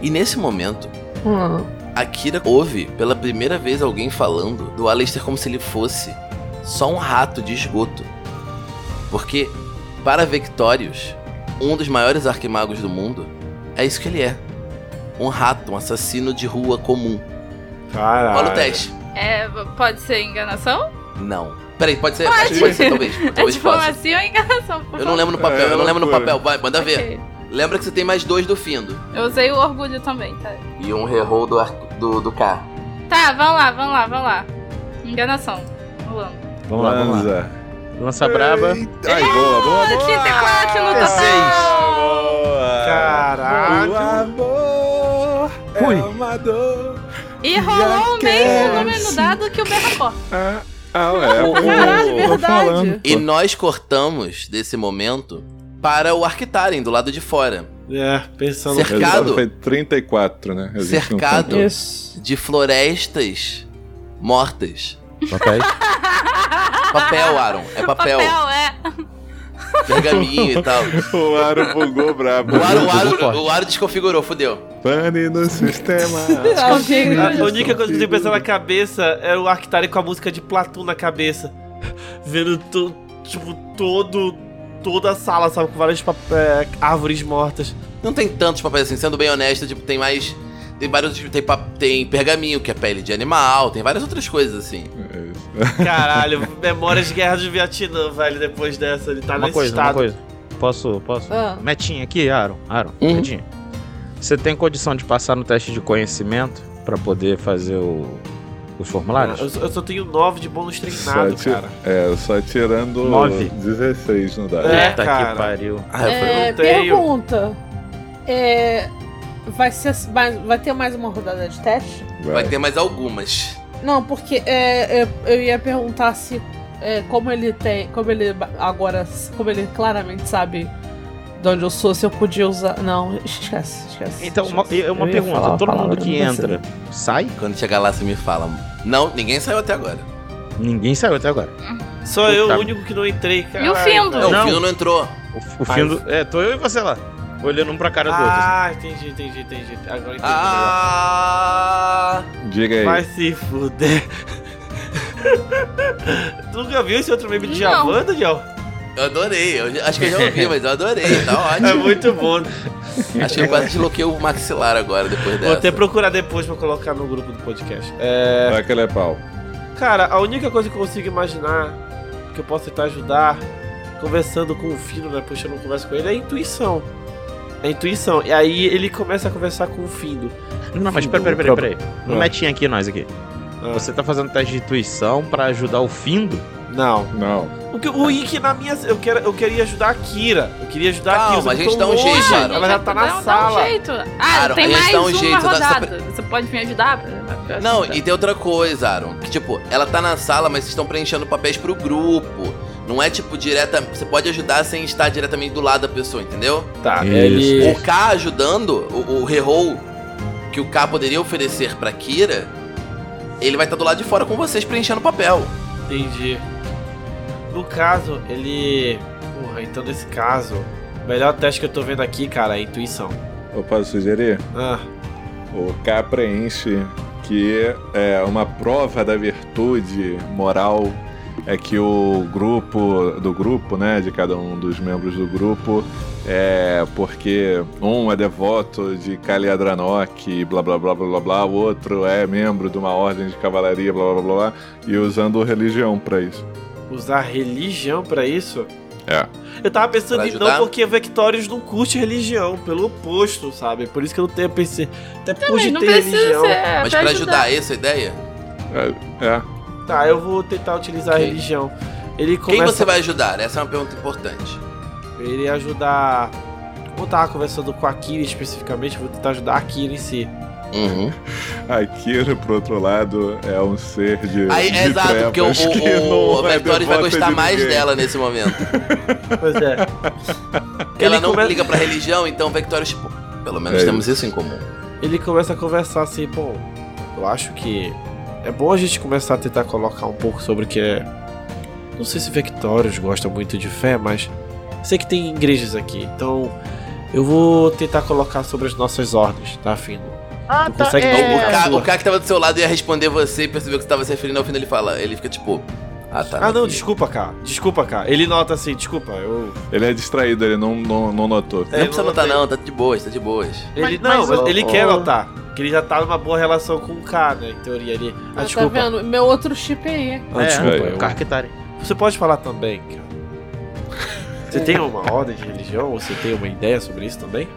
E nesse momento, Akira ouve pela primeira vez alguém falando do Alistair como se ele fosse só um rato de esgoto. Porque, para Victorious, um dos maiores arquimagos do mundo, é isso que ele é. Um rato, um assassino de rua comum. Caralho. Rola o teste. É, pode ser enganação? Não. Peraí, pode ser? Pode. acho que Pode ser, talvez. É Talvez possa. diplomacia ou enganação? Por Eu não lembro no papel, É, eu não lembro no loucura. papel. Vai, manda ver. Ok. Lembra que você tem mais dois do Findo. Eu usei o orgulho também, tá? E um reroll do, ar- do, do K. Tá, vamos lá, vamos lá, vamos lá. Enganação. Rolando. Vamos lá, vamos lá. Tá Lanza. Lança braba. Eita, Ai, boa, boa, boa. 34 É no total! Boa. O Caralho. amor Ui. é uma dor. E rolou o é mesmo número no dado que o Berrapó. Ah, ah ué. Ô, ô, Caralho, tô verdade. falando. E nós cortamos desse momento para o Arctaren, do lado de fora. É, pensando. O Cercado. resultado foi 34, né? A gente não Cercado. contou. Isso. De florestas mortas. Ok. Papel, Aaron. É papel. Papel, é. Pergaminho e tal. O Aro bugou brabo. O aro, o forte. aro, o aro desconfigurou, fudeu. Pane no sistema. A Desconfigura. única coisa que eu tenho pensando na cabeça é o Arctari com a música de Platão na cabeça. Vendo, to- tipo, todo... Toda a sala, sabe? Com várias pap- é, árvores mortas. Não tem tantos papéis assim, sendo bem honesto, tipo, tem mais. Tem vários tipo, tem, pa- tem pergaminho, que é pele de animal, tem várias outras coisas assim. É isso. Caralho, memórias de guerra de Vietnã, velho, depois dessa. Ele tá Uma nesse coisa, uma estado. coisa. Posso, posso? Ah. Metinha aqui, Aaron. Aaron, Uhum. metinha. Você tem condição de passar no teste de conhecimento pra poder fazer o- os formulários? Eu, só- eu só tenho 9 de bônus treinado, Sete. cara. É, só tirando Nove. 16 no dado. É, Puta cara. Tá que pariu. Ah, eu falei, É, Então, não tenho. pergunta. É, vai, ser mais, vai ter mais uma rodada de teste? vai É. Vai. ter mais algumas. Não, porque é, é, eu ia perguntar se é, como ele tem. Como ele ba- agora. Como ele claramente sabe de onde eu sou, se eu podia usar. Não, esquece, esquece. Então, uma, esquece. Ah, é uma Eu ia pergunta: falar uma todo mundo palavra, que não sei. entra sai? Quando chegar lá, você me fala. Não, ninguém saiu até agora. Ninguém saiu até agora. Só eu, Puta. o único que não entrei, cara. E o Findo? Não, Não. o Fino não entrou. O, o fim do. É, tô eu e você lá. Olhando um pra cara do outro. assim. Ah, entendi, entendi, entendi. Agora entendi. Ah! Diga aí. Vai se fuder. tu nunca viu esse outro meme de Não. Javan, Daniel? Eu adorei. Eu já- acho que eu já ouvi, mas eu adorei. Tá É ótimo. muito bom. Acho que eu quase desloquei o maxilar agora, depois Vou até dessa. procurar depois pra colocar no grupo do podcast. É, Vai que ele é pau. cara, a única coisa que eu consigo imaginar que eu posso tentar ajudar conversando com o Fino, né? Poxa, eu não converso com ele, é a intuição. É a intuição. E aí ele começa a conversar com o Findo. Assim. Não, mas peraí, peraí, peraí, peraí. Não metinha aqui nós aqui. Ah. Você tá fazendo teste de intuição pra ajudar o Findo? Não. Não. O, que, o Ikki na minha. Eu, quero, eu queria ajudar a Kira. Eu queria ajudar Calma, a Kira. só a que gente eu tô dá um longe. jeito, cara. Ela já tá na Dá- sala. Dá um jeito. Ah, Claro, tem eles mais dão um uma jeito, dá- rodada. Você pode me ajudar? pra- Não, e tem outra coisa, Aaron. Que, tipo, ela tá na sala, mas vocês estão preenchendo papéis pro grupo. Não é, tipo, direta... Você pode ajudar sem estar diretamente do lado da pessoa, entendeu? Tá, Isso. ele. O K ajudando, o, o reroll que o K poderia oferecer pra Kira, ele vai estar do lado de fora com vocês preenchendo papel. Entendi. No caso, ele. Porra, então nesse caso, o melhor teste que eu tô vendo aqui, cara, é a intuição. Eu posso sugerir? Ah, O K preenche que é uma prova da virtude moral é que o grupo do grupo, né, de cada um dos membros do grupo, é porque um é devoto de Kaliadranok, e blá blá blá blá blá blá, o outro é membro de uma ordem de cavalaria, blá blá blá blá, e usando religião pra isso. usar religião pra isso? É. Eu tava pensando Pra em ajudar? não, porque Vectorius não curte religião, pelo oposto, sabe? Por isso que eu não tenho PC. Até Mas pude não ter precisa religião. ser. Mas pra ajudar, essa é a ideia? É, é. Tá, eu vou tentar utilizar Ok. a religião. Ele Quem começa você vai ajudar? Essa é uma pergunta importante. Ele ia ajudar. Como eu tava conversando com a Kira especificamente, eu vou tentar ajudar a Kira em si. Uhum. Akira, por outro lado, é um ser de. Aí, de é exato, porque o, trevas que o, o não é Vectorius vai devota de gostar mais ninguém. dela nesse momento. Pois é. Porque ela não come- liga pra religião, então o Vectorius, tipo, pelo menos É temos isso em comum. ele começa a conversar assim, bom, eu acho que é bom a gente começar a tentar colocar um pouco sobre o que é. Não sei se Vectorius gosta muito de fé, mas sei que tem igrejas aqui, então eu vou tentar colocar sobre as nossas ordens, tá, Fino? Ah, Tu consegue Então, É, o, cara, boa. o cara que tava do seu lado ia responder você e percebeu que você tava se referindo ao fim, ele fala. Ele fica tipo. Ah, tá. Ah, não, filho. desculpa, cara. Desculpa, cara. Ele nota assim, desculpa, eu. Ele é distraído, ele não, não, não notou. Não É, precisa não notar, tem. não, tá de boas, tá de boas. Ele, Mas- não, mas- mas ele quer Oh. notar. Que ele já tá numa boa relação com o K, né? Em teoria ali. Ah, Ah, tá desculpa. vendo? Meu outro chip aí. Ah, É, desculpa. é, eu- Carquetari. Você pode falar também, cara. Você tem uma ordem de religião? Ou Você tem uma ideia sobre isso também?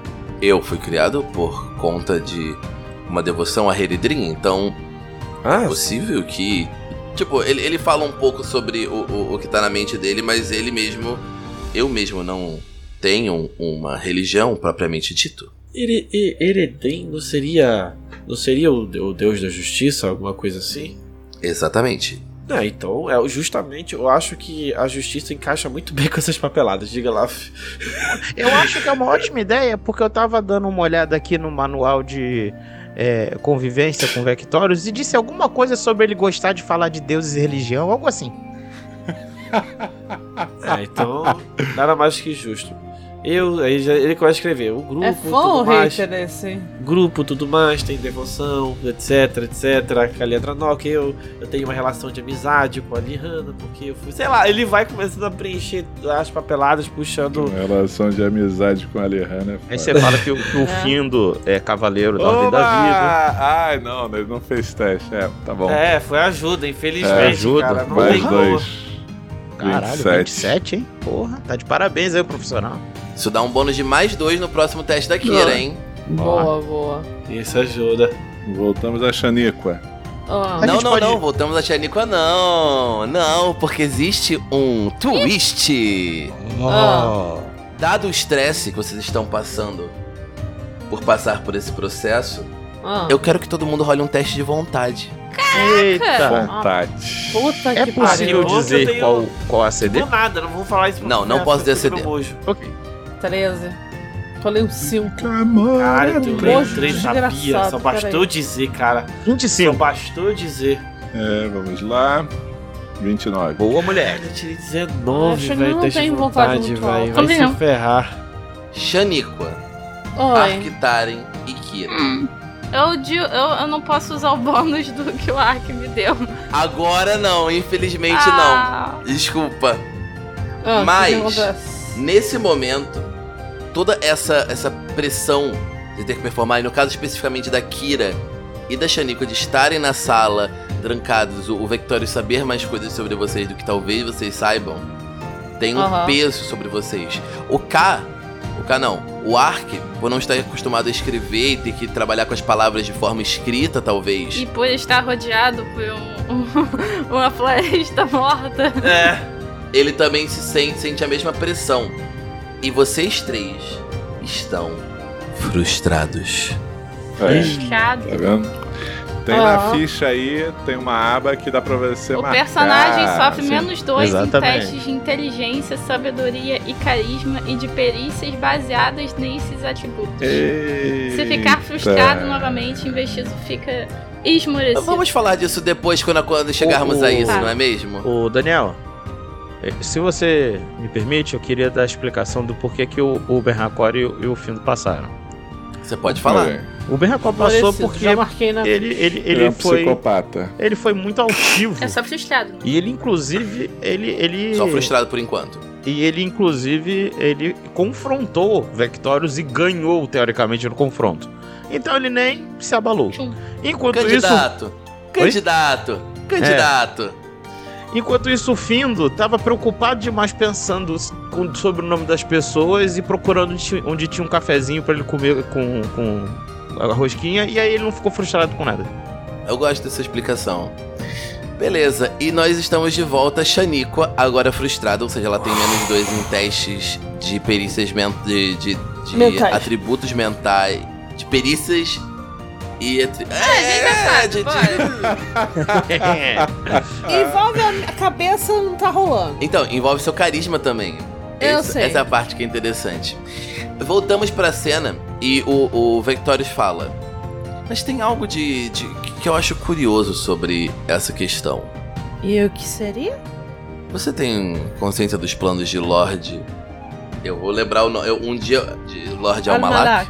Eu fui criado por conta de uma devoção a Heredrin, então Ah, É possível que. Tipo, ele, ele fala um pouco sobre o, o, o que tá na mente dele, mas ele mesmo. Eu mesmo não tenho uma religião propriamente dito. Ere- E- Eredem não seria. Não seria o, de- o deus da justiça, alguma coisa assim? Exatamente. Não, então, é, justamente eu acho que a justiça encaixa muito bem com essas papeladas. Diga lá. Eu acho que é uma ótima ideia, porque eu tava dando uma olhada aqui no manual de é, convivência com Vectorius e disse alguma coisa sobre ele gostar de falar de deuses e religião, algo assim. É, então, nada mais que justo. Eu, aí já- ele começa a escrever. O grupo, É fã ou tudo mais. hater esse? grupo, tudo mais, tem devoção, etc, etc. Calendra Nock, eu, eu tenho uma relação de amizade com a Lihana, porque eu fui. Sei lá, ele vai começando a preencher as papeladas, puxando. Uma relação de amizade com a né? Lihana. Aí você fala que o, que o É. Findo é cavaleiro da ordem da vida. Ah, ai, não, ele não fez teste. É, tá bom. É, foi ajuda, infelizmente. É, ajuda, cara, não Mais tem como. dois. Caralho, 27. 27, hein? Porra, tá de parabéns aí, profissional. Isso dá um bônus de mais dois no próximo teste da Kira, hein? Boa, boa. Isso ajuda. Voltamos a Xaniqua. Ah, A não, gente não, pode- não, voltamos a Xaniqua, não. Não, porque existe um twist. Dado o estresse que vocês estão passando por passar por esse processo, ah. eu quero que todo mundo role um teste de vontade. Eita. Vontade. Puta É que possível pariu. dizer Eu tenho- qual, qual a CD? Do nada, não vou falar isso pra Não, não você, posso fica deceder. no mojo. Ok. pariu. 13. Falei um 5. Amor, Cara, tu Um lembrei nojo três na pia. desgraçado, Só bastou peraí. dizer, cara. Só 25. bastou dizer. É, vamos lá. 29. Boa, mulher. Eu tirei Acho 19, que velho. não Tá de tem vontade vontade, muito alta. velho. Vai Também se não. ferrar. Xaniqua, Oi. Arctaren e Kira. Eu, di- eu, eu não posso usar o bônus do que o Ark me deu. Agora não, infelizmente ah, não. Desculpa. Ah, Mas- o que que acontece? Nesse momento, toda essa, essa pressão de ter que performar, e no caso especificamente da Kira e da Shaniqua de estarem na sala, trancados, o, o Vectório saber mais coisas sobre vocês do que talvez vocês saibam, tem um Aham. peso sobre vocês. O K. O K não. O Ark, por não estar acostumado a escrever e ter que trabalhar com as palavras de forma escrita, talvez. E por estar rodeado por um- um- uma floresta morta. ele também se sente, sente a mesma pressão. E vocês três estão frustrados. Aí, Chocado. tá vendo? Tem na Ah. ficha aí, tem uma aba que dá pra você O marcar. personagem sofre Sim. menos dois exatamente. em testes de inteligência, sabedoria e carisma e de perícias baseadas nesses atributos. Se ficar frustrado Eita. novamente, o investido fica esmorecido. Vamos falar disso depois quando, quando chegarmos a isso, Tá. não é mesmo? Ô, Daniel, eh, se você me permite, eu queria dar a explicação do porquê que o, o Bernacor e o, e o Findo passaram. Você pode falar. É, O Bernacor passou Parecido, porque Já marquei na. ele, ele, Ele ele, é um foi, psicopata. ele foi muito altivo. É só frustrado. E ele, inclusive, ele... ele Só frustrado por enquanto. E ele, inclusive, ele confrontou Vectorius e ganhou, teoricamente, no confronto. Então ele nem se abalou. Tchum. Enquanto isso, Candidato. Candidato. Candidato. enquanto isso, o Findo tava preocupado demais pensando s- com- sobre o nome das pessoas e procurando onde, ti- onde tinha um cafezinho pra ele comer com, com a rosquinha. E aí ele não ficou frustrado com nada. Eu gosto dessa explicação. Beleza, e nós estamos de volta. Shaniqua, agora frustrada, ou seja, ela tem menos dois em testes de perícias men de, de, de Mentais. atributos mentais. De perícias e. atri- É, a gente já sabe, bora. É. Envolve a minha cabeça, não tá rolando. Então, envolve seu carisma também. Eu Essa- sei. Essa é a parte que é interessante. Voltamos pra cena e o, o Vectorius fala. Mas tem algo de, de- que eu acho curioso sobre essa questão. E o que seria? Você tem consciência dos planos de Lorde? Eu vou lembrar o nome. Um dia de Lorde Almalac.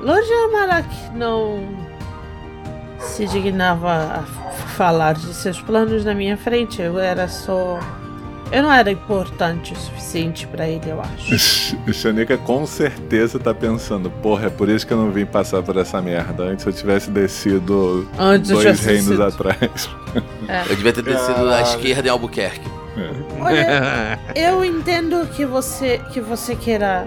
Lorde Almalac não se dignava a f- falar de seus planos na minha frente. Eu era só. Eu não era importante o suficiente pra ele, eu acho. O Xanica com certeza tá pensando, porra, é por isso que eu não vim passar por essa merda. Antes eu tivesse descido Antes eu dois tivesse reinos sido- atrás. Eu devia ter descido à Caralho. esquerda em Albuquerque. Olha, Eu entendo que você que você queira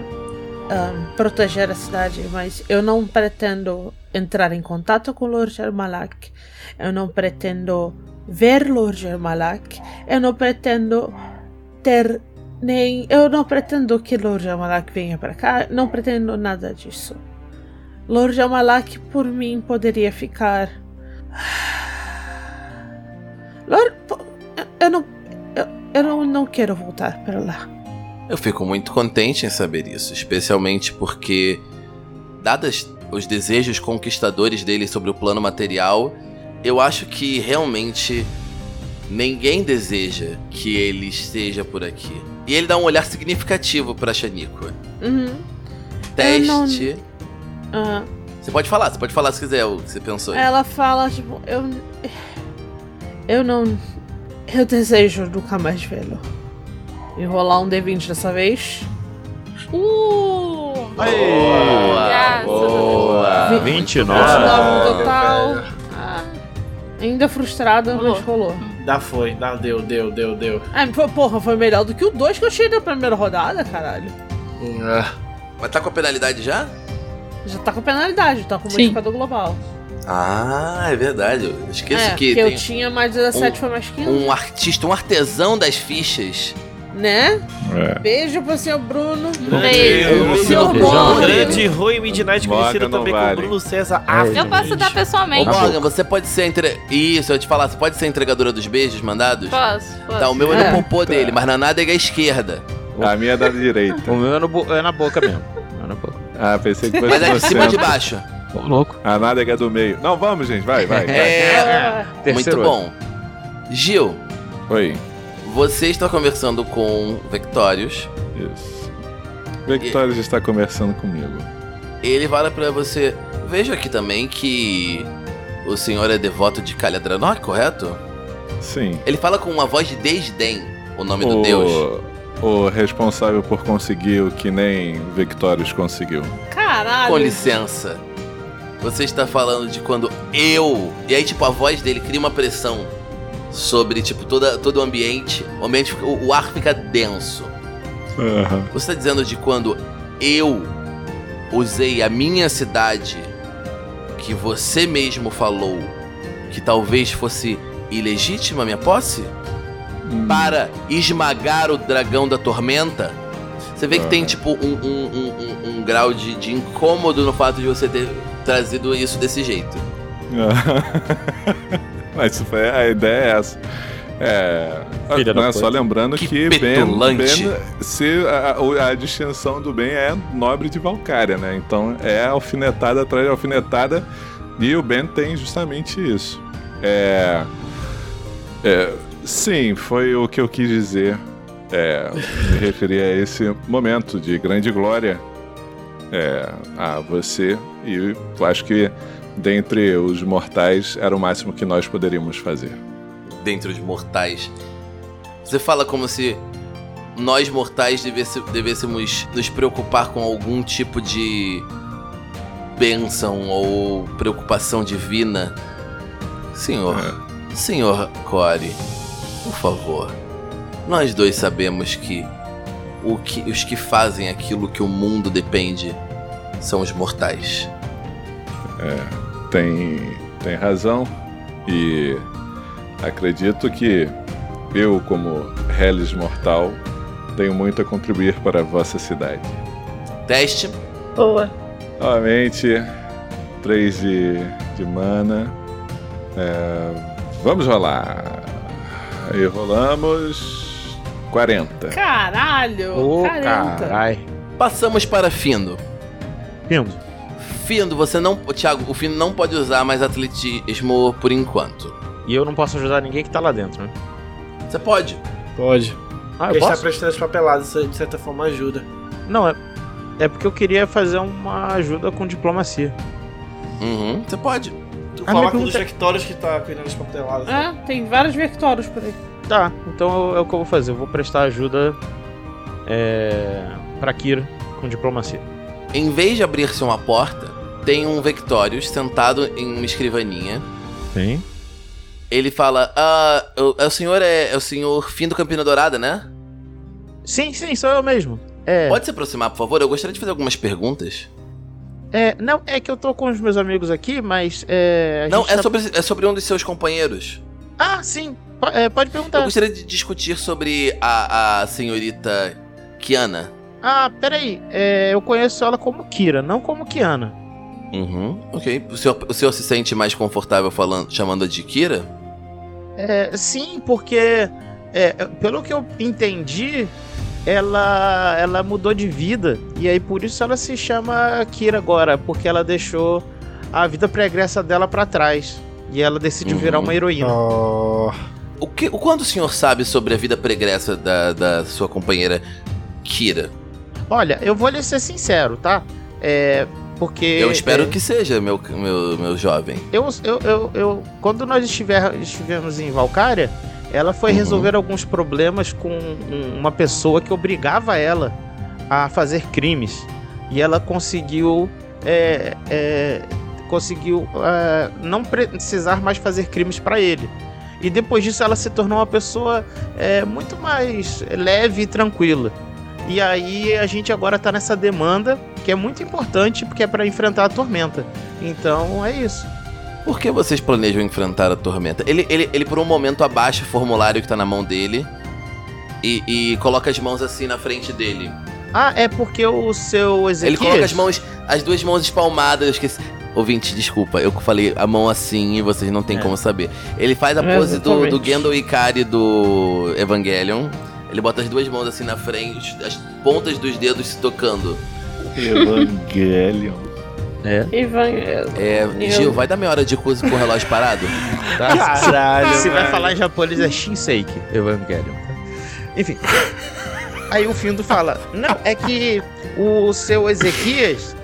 ahn, proteger a cidade, mas eu não pretendo entrar em contato com Lord Malak. Eu não pretendo ver Lord Malak. Eu não pretendo ter nem eu não pretendo que Lord Malak venha para cá. Não pretendo nada disso. Lord Malak por mim poderia ficar. Lord, po- eu- eu não eu não, não quero voltar para lá. Eu fico muito contente em saber isso, especialmente porque, dadas os desejos conquistadores dele sobre o plano material, eu acho que realmente ninguém deseja que ele esteja por aqui. E ele dá um olhar significativo pra Shaniqua. Uhum, Eu não- Teste. Ah, Você pode falar, você pode falar se quiser o que você pensou. aí. ela fala, tipo, eu. Eu não. Eu desejo nunca mais vê-lo. Enrolar um D20 dessa vez. Uh! Aí. Boa! Graças a Deus. Boa! Vi- 29. Nove no um total. Ah, ainda frustrada, Rolou. mas rolou. Dá foi. Dá, deu, deu, deu, deu. Ah, foi, porra, foi melhor do que o 2 que eu cheguei na primeira rodada, caralho. Ah, Mas tá com a penalidade já? Já tá com penalidade, tá com Sim. modificador global. Ah, é verdade. Eu esqueço é, que porque eu tem tinha mais 17, um- foi mais 15, um artista, um artesão das fichas. né? É. Beijo pro seu Bruno. Beijo. Bruno Seu Bruno. Bruno. Grande Rui Midnight Vaga conhecido não também vale. com Bruno César Ai, Afro. Eu posso dar Ô, pessoalmente. Acabou. Morgan, você pode ser entre... Isso, eu ia te falar, você pode ser entregadora dos beijos mandados? Posso, posso. Tá, o meu é É. no popô dele, mas na nádega esquerda. Ô, A minha é da direita. O meu é, no bo- é na boca mesmo. É na boca. Ah, pensei que fosse Mas é no de cima ou de centro. baixo. Ô, louco. A nádega é do meio. Não, vamos, gente. Vai, vai. vai. É, Ah, muito Terceiro bom. Gil, Oi. você está conversando com Vectorius. Isso. Victorious está conversando comigo. Ele fala pra você. Vejo aqui também que o senhor é devoto de Calhadranor, correto? Sim. Ele fala com uma voz de desdém, o nome do deus. O responsável por conseguir o que nem Victorious conseguiu. Caralho. Com licença. Você está falando de quando eu. E aí, tipo, a voz dele cria uma pressão sobre, tipo, toda, todo o ambiente. O, ambiente fica- o, o ar fica denso. Aham. Você está dizendo de quando eu usei a minha cidade, que você mesmo falou que talvez fosse ilegítima a minha posse? Hum. para esmagar o dragão da tormenta. Você vê que Ah. tem, tipo, um, um- um- um- um grau de, de incômodo no fato de você ter trazido isso desse jeito. Mas isso foi- a ideia é essa. É, Filha da né, puta. só lembrando Que que, Ben, petulante. Ben- se a, a- a distinção do bem é nobre de Valcária, né? Então é alfinetada atrás de alfinetada e o Ben tem justamente isso. É, é, sim, foi o que eu quis dizer. É, me referir a esse momento de grande glória é, a você e eu acho que dentre os mortais era o máximo que nós poderíamos fazer. Dentro de mortais. Você fala como se nós mortais devesse- devêssemos nos preocupar com algum tipo de bênção ou preocupação divina. Senhor, senhor Core, por favor. Nós dois sabemos que, o que os que fazem aquilo que o mundo depende são os mortais. tem, tem razão e acredito que eu, como Hellis Mortal, tenho muito a contribuir para a vossa cidade. Teste. Boa. Novamente, 3 de, de mana. É, vamos rolar. E rolamos 40. Caralho. Ô, caramba. carai. Passamos para Findo. Lindo. Findo, você não. Thiago, o Findo não pode usar mais atletismo por enquanto. E eu não posso ajudar ninguém que tá lá dentro, né? Você pode. Pode. Ah, eu Ele está posso? prestando as papeladas, isso de certa forma ajuda. Não, é... É porque eu queria fazer uma ajuda com diplomacia. Uhum, você pode. Tu A minha coloca pergunta nos é- sectórios que tá cuidando das papeladas. né? Ah, tem vários Vectoros por aí. Tá, então é o que eu vou fazer. Eu vou prestar ajuda é... pra Kira com diplomacia. Em vez de abrir-se uma porta, tem um Vectorius sentado em uma escrivaninha. Sim. Ele fala: Ah, o, é o senhor é, é o senhor Findo Campina Dourada, né? Sim, sim, sou eu mesmo. É, Pode se aproximar, por favor? Eu gostaria de fazer algumas perguntas. é, não, é que eu tô com os meus amigos aqui, mas é. a Não, gente é tá- sobre, é sobre um dos seus companheiros. Ah, sim, po- é, pode Eu perguntar. gostaria de discutir sobre a, a senhorita Kiana. Ah, peraí, é, eu conheço ela como Kira, não como Kiana. Uhum. Ok. O senhor, o senhor se sente mais confortável falando, chamando-a de Kira? É, sim, porque. é, pelo que eu entendi, ela, ela mudou de vida. E aí por isso ela se chama Kira agora, porque ela deixou a vida pregressa dela pra trás. E ela decidiu virar Uhum. uma heroína. Oh, Ah. O, que, o quanto o senhor sabe sobre a vida pregressa da, da sua companheira Kira? Olha, eu vou lhe ser sincero, tá? É. Porque. Eu espero é, que seja, meu, meu, meu jovem. Eu, eu, eu, eu- quando nós estiver, estivemos em Valcária, ela foi Uhum. resolver alguns problemas com um- uma pessoa que obrigava ela a fazer crimes. E ela conseguiu. é, é, conseguiu é, não precisar mais fazer crimes para ele. E depois disso ela se tornou uma pessoa é, muito mais leve e tranquila. E aí a gente agora tá nessa demanda que é muito importante porque é para enfrentar a tormenta. Então é isso. Por que vocês planejam enfrentar a tormenta? Ele, ele, ele por um momento, abaixa o formulário que tá na mão dele e, e coloca as mãos assim na frente dele. Ah, é porque o seu Ele Ezequias... coloca as mãos, as duas mãos espalmadas, eu esqueci. Ouvinte, desculpa, eu falei a mão assim e vocês não tem É. como saber. Ele faz a É, pose do, do exatamente. Gandalf Ikari do Evangelion. Ele bota as duas mãos assim na frente, as pontas dos dedos se tocando. Evangelion. É. Ivan, É, Gil, vai dar meia hora de curso com o relógio parado? Tá? Caralho, Se vai velho. falar em japonês é Shinseiki, Evangelion. tá? Enfim. Aí o Findo fala: Não, é que o seu Ezequias,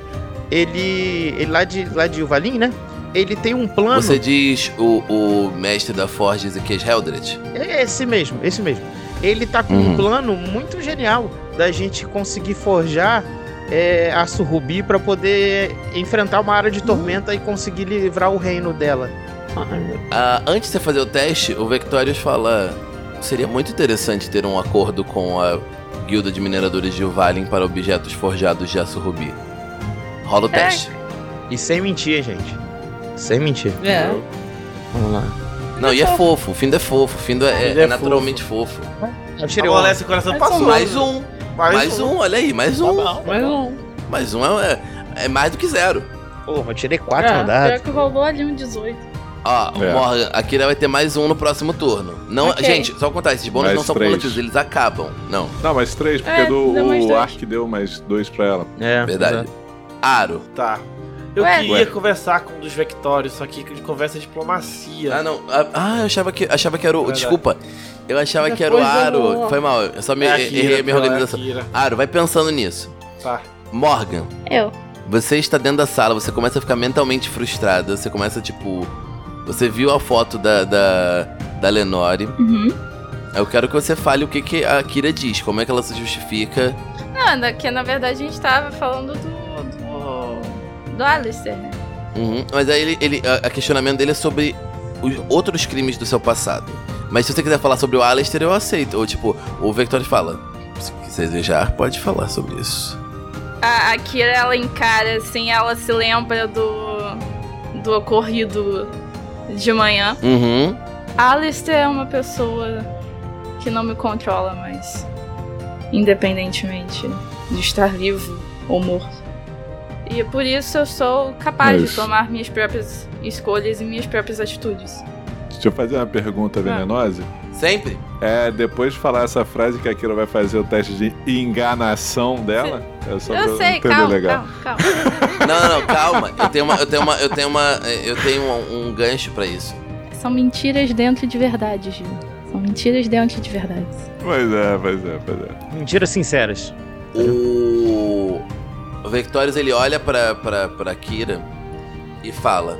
ele. ele lá de, lá de Uvalim, né? Ele tem um plano. Você diz o, o mestre da Forge, Ezequias Heldred? É esse mesmo, esse mesmo. Ele tá com Uhum. um plano muito genial da gente conseguir forjar é, a Surrubi pra poder enfrentar uma área de tormenta e conseguir livrar o reino dela. Ah, antes de você fazer o teste, o Vectorius fala: seria muito interessante ter um acordo com a Guilda de Mineradores de Uvalin para objetos forjados de aço rubi. Rola o É. teste. E sem mentir, gente. Sem mentir. É. Vamos lá. Não, e é fofo, o Findo é fofo, o Findo é, Ele é é naturalmente fofo. Eu Tá tirei um. Amolece o coração. Passou. Mais um, mais um, olha aí, mais um. Mais um. Mais um é, é mais do que zero. Pô, mas tirei quatro É, no dado. Pior que rolou ali um 18. Ó, É. Morgan, a Kira vai ter mais um no próximo turno. Não, Ok. Gente, só contar, esses bônus Mais não são três. cumulativos, eles acabam. Não, Não, mais três, porque É, do, deu mais o dois. Ark deu mais dois pra ela. É, verdade. Aro. Tá. Eu Ué. queria Ué. conversar com um dos Vectórios, só que de conversa é diplomacia. Ah, não. Ah, Ah, eu achava que, achava que era o. Verdade. Desculpa. Eu achava que era o Depois eu Aro. vou- Foi mal. Eu só me É a Kira, errei a minha pela- é a organização. Kira. Aro, vai pensando nisso. Tá. Morgan, Eu. você está dentro da sala, você começa a ficar mentalmente frustrada. Você começa, tipo. Você viu a foto da, da, da Lenore. Uhum. Eu quero que você fale o que, que a Kira diz, como é que ela se justifica. Não, na- que na verdade a gente tava falando do. do. do Alistair, né? Uhum, Mas aí ele, ele, a, a questionamento dele é sobre os outros crimes do seu passado. Mas se você quiser falar sobre o Alistair, eu aceito. Ou tipo, o Vector fala. Se quiser desejar, pode falar sobre isso. A, a Kira, ela encara, assim, ela se lembra do. do ocorrido de manhã. Uhum. Alistair é uma pessoa que não me controla mais. Independentemente de estar vivo ou morto. E por isso eu sou capaz É de Isso. tomar minhas próprias escolhas e minhas próprias atitudes. Deixa eu fazer uma Ah. pergunta venenosa. Sempre? É, depois de falar essa frase que a Kira vai fazer o teste de enganação dela. É só pra eu sei, entender calma, legal. calma, calma. Não, não, não, calma. Eu tenho uma. Eu tenho uma. Eu tenho uma. Eu tenho um, um gancho pra isso. São mentiras dentro de verdades, Gil. São mentiras dentro de verdades. Pois é, pois é, pois é. Mentiras sinceras. O. O Vectorius ele olha pra, pra, pra Kira e fala: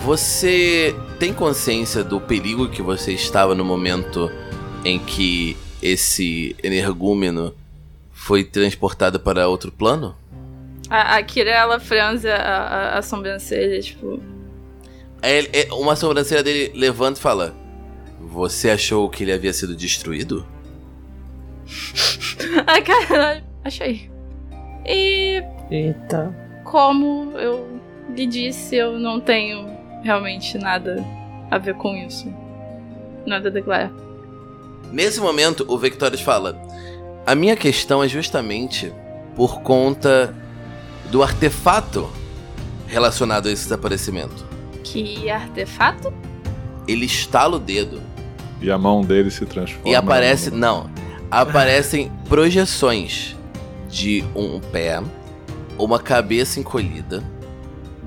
Você tem consciência do perigo que você estava no momento em que esse energúmeno foi transportado para outro plano? A, a Kira, ela franza a, a- a sobrancelha, tipo. Aí ele- é, uma sobrancelha dele levanta e fala: Você achou que ele havia sido destruído? Ai, caralho. Achei. E Eita. como eu lhe disse, eu não tenho realmente nada a ver com isso. Nada a declarar. Nesse momento, o Victorious fala: A minha questão é justamente por conta do artefato relacionado a esse desaparecimento. Que artefato? Ele estala o dedo E a mão dele se transforma. e aparece. num- Não. Aparecem projeções de um pé, uma cabeça encolhida,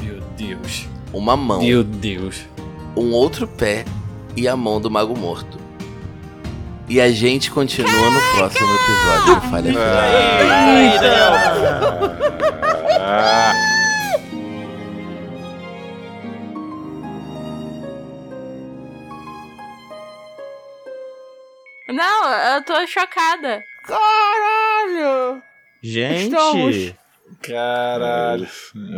Meu Deus. uma mão, Meu Deus. um outro pé e a mão do Mago Morto. E a gente continua no próximo episódio do Falha Feliz. Ah. Não, eu tô chocada. Caralho! Gente. Estamos. Caralho.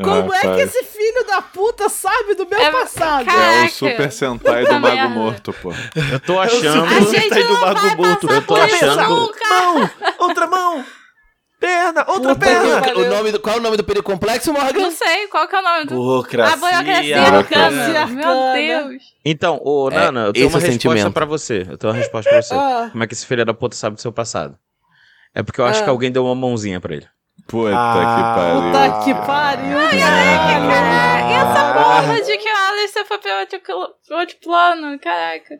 Como é que Rapaz, esse filho da puta sabe do meu É, passado? cara- É Caraca. o Super Sentai do Puta Mago merda. Morto, pô. Eu tô A achando. gente não vai passar Eu tô por isso achando. nunca. Mão! Outra mão! Perna! Outra Puta perna! que- O nome do, qual é o nome do pericomplex, Morgan? Não sei, qual que é o nome do... Burocracia. A burocracia burocracia arcana. Meu arcana. Deus. Então, ô, É, Nana, eu tenho esse uma é o resposta sentimento. pra você. Eu tenho uma resposta pra você. Ah, Como é que esse filho da puta sabe do seu passado? É porque eu acho Ah. que alguém deu uma mãozinha pra ele. Puta Ah, que pariu. puta que pariu. Caraca, cara. caraca. E essa porra de que o Alistair foi pra outro, cl- pra outro plano, caraca.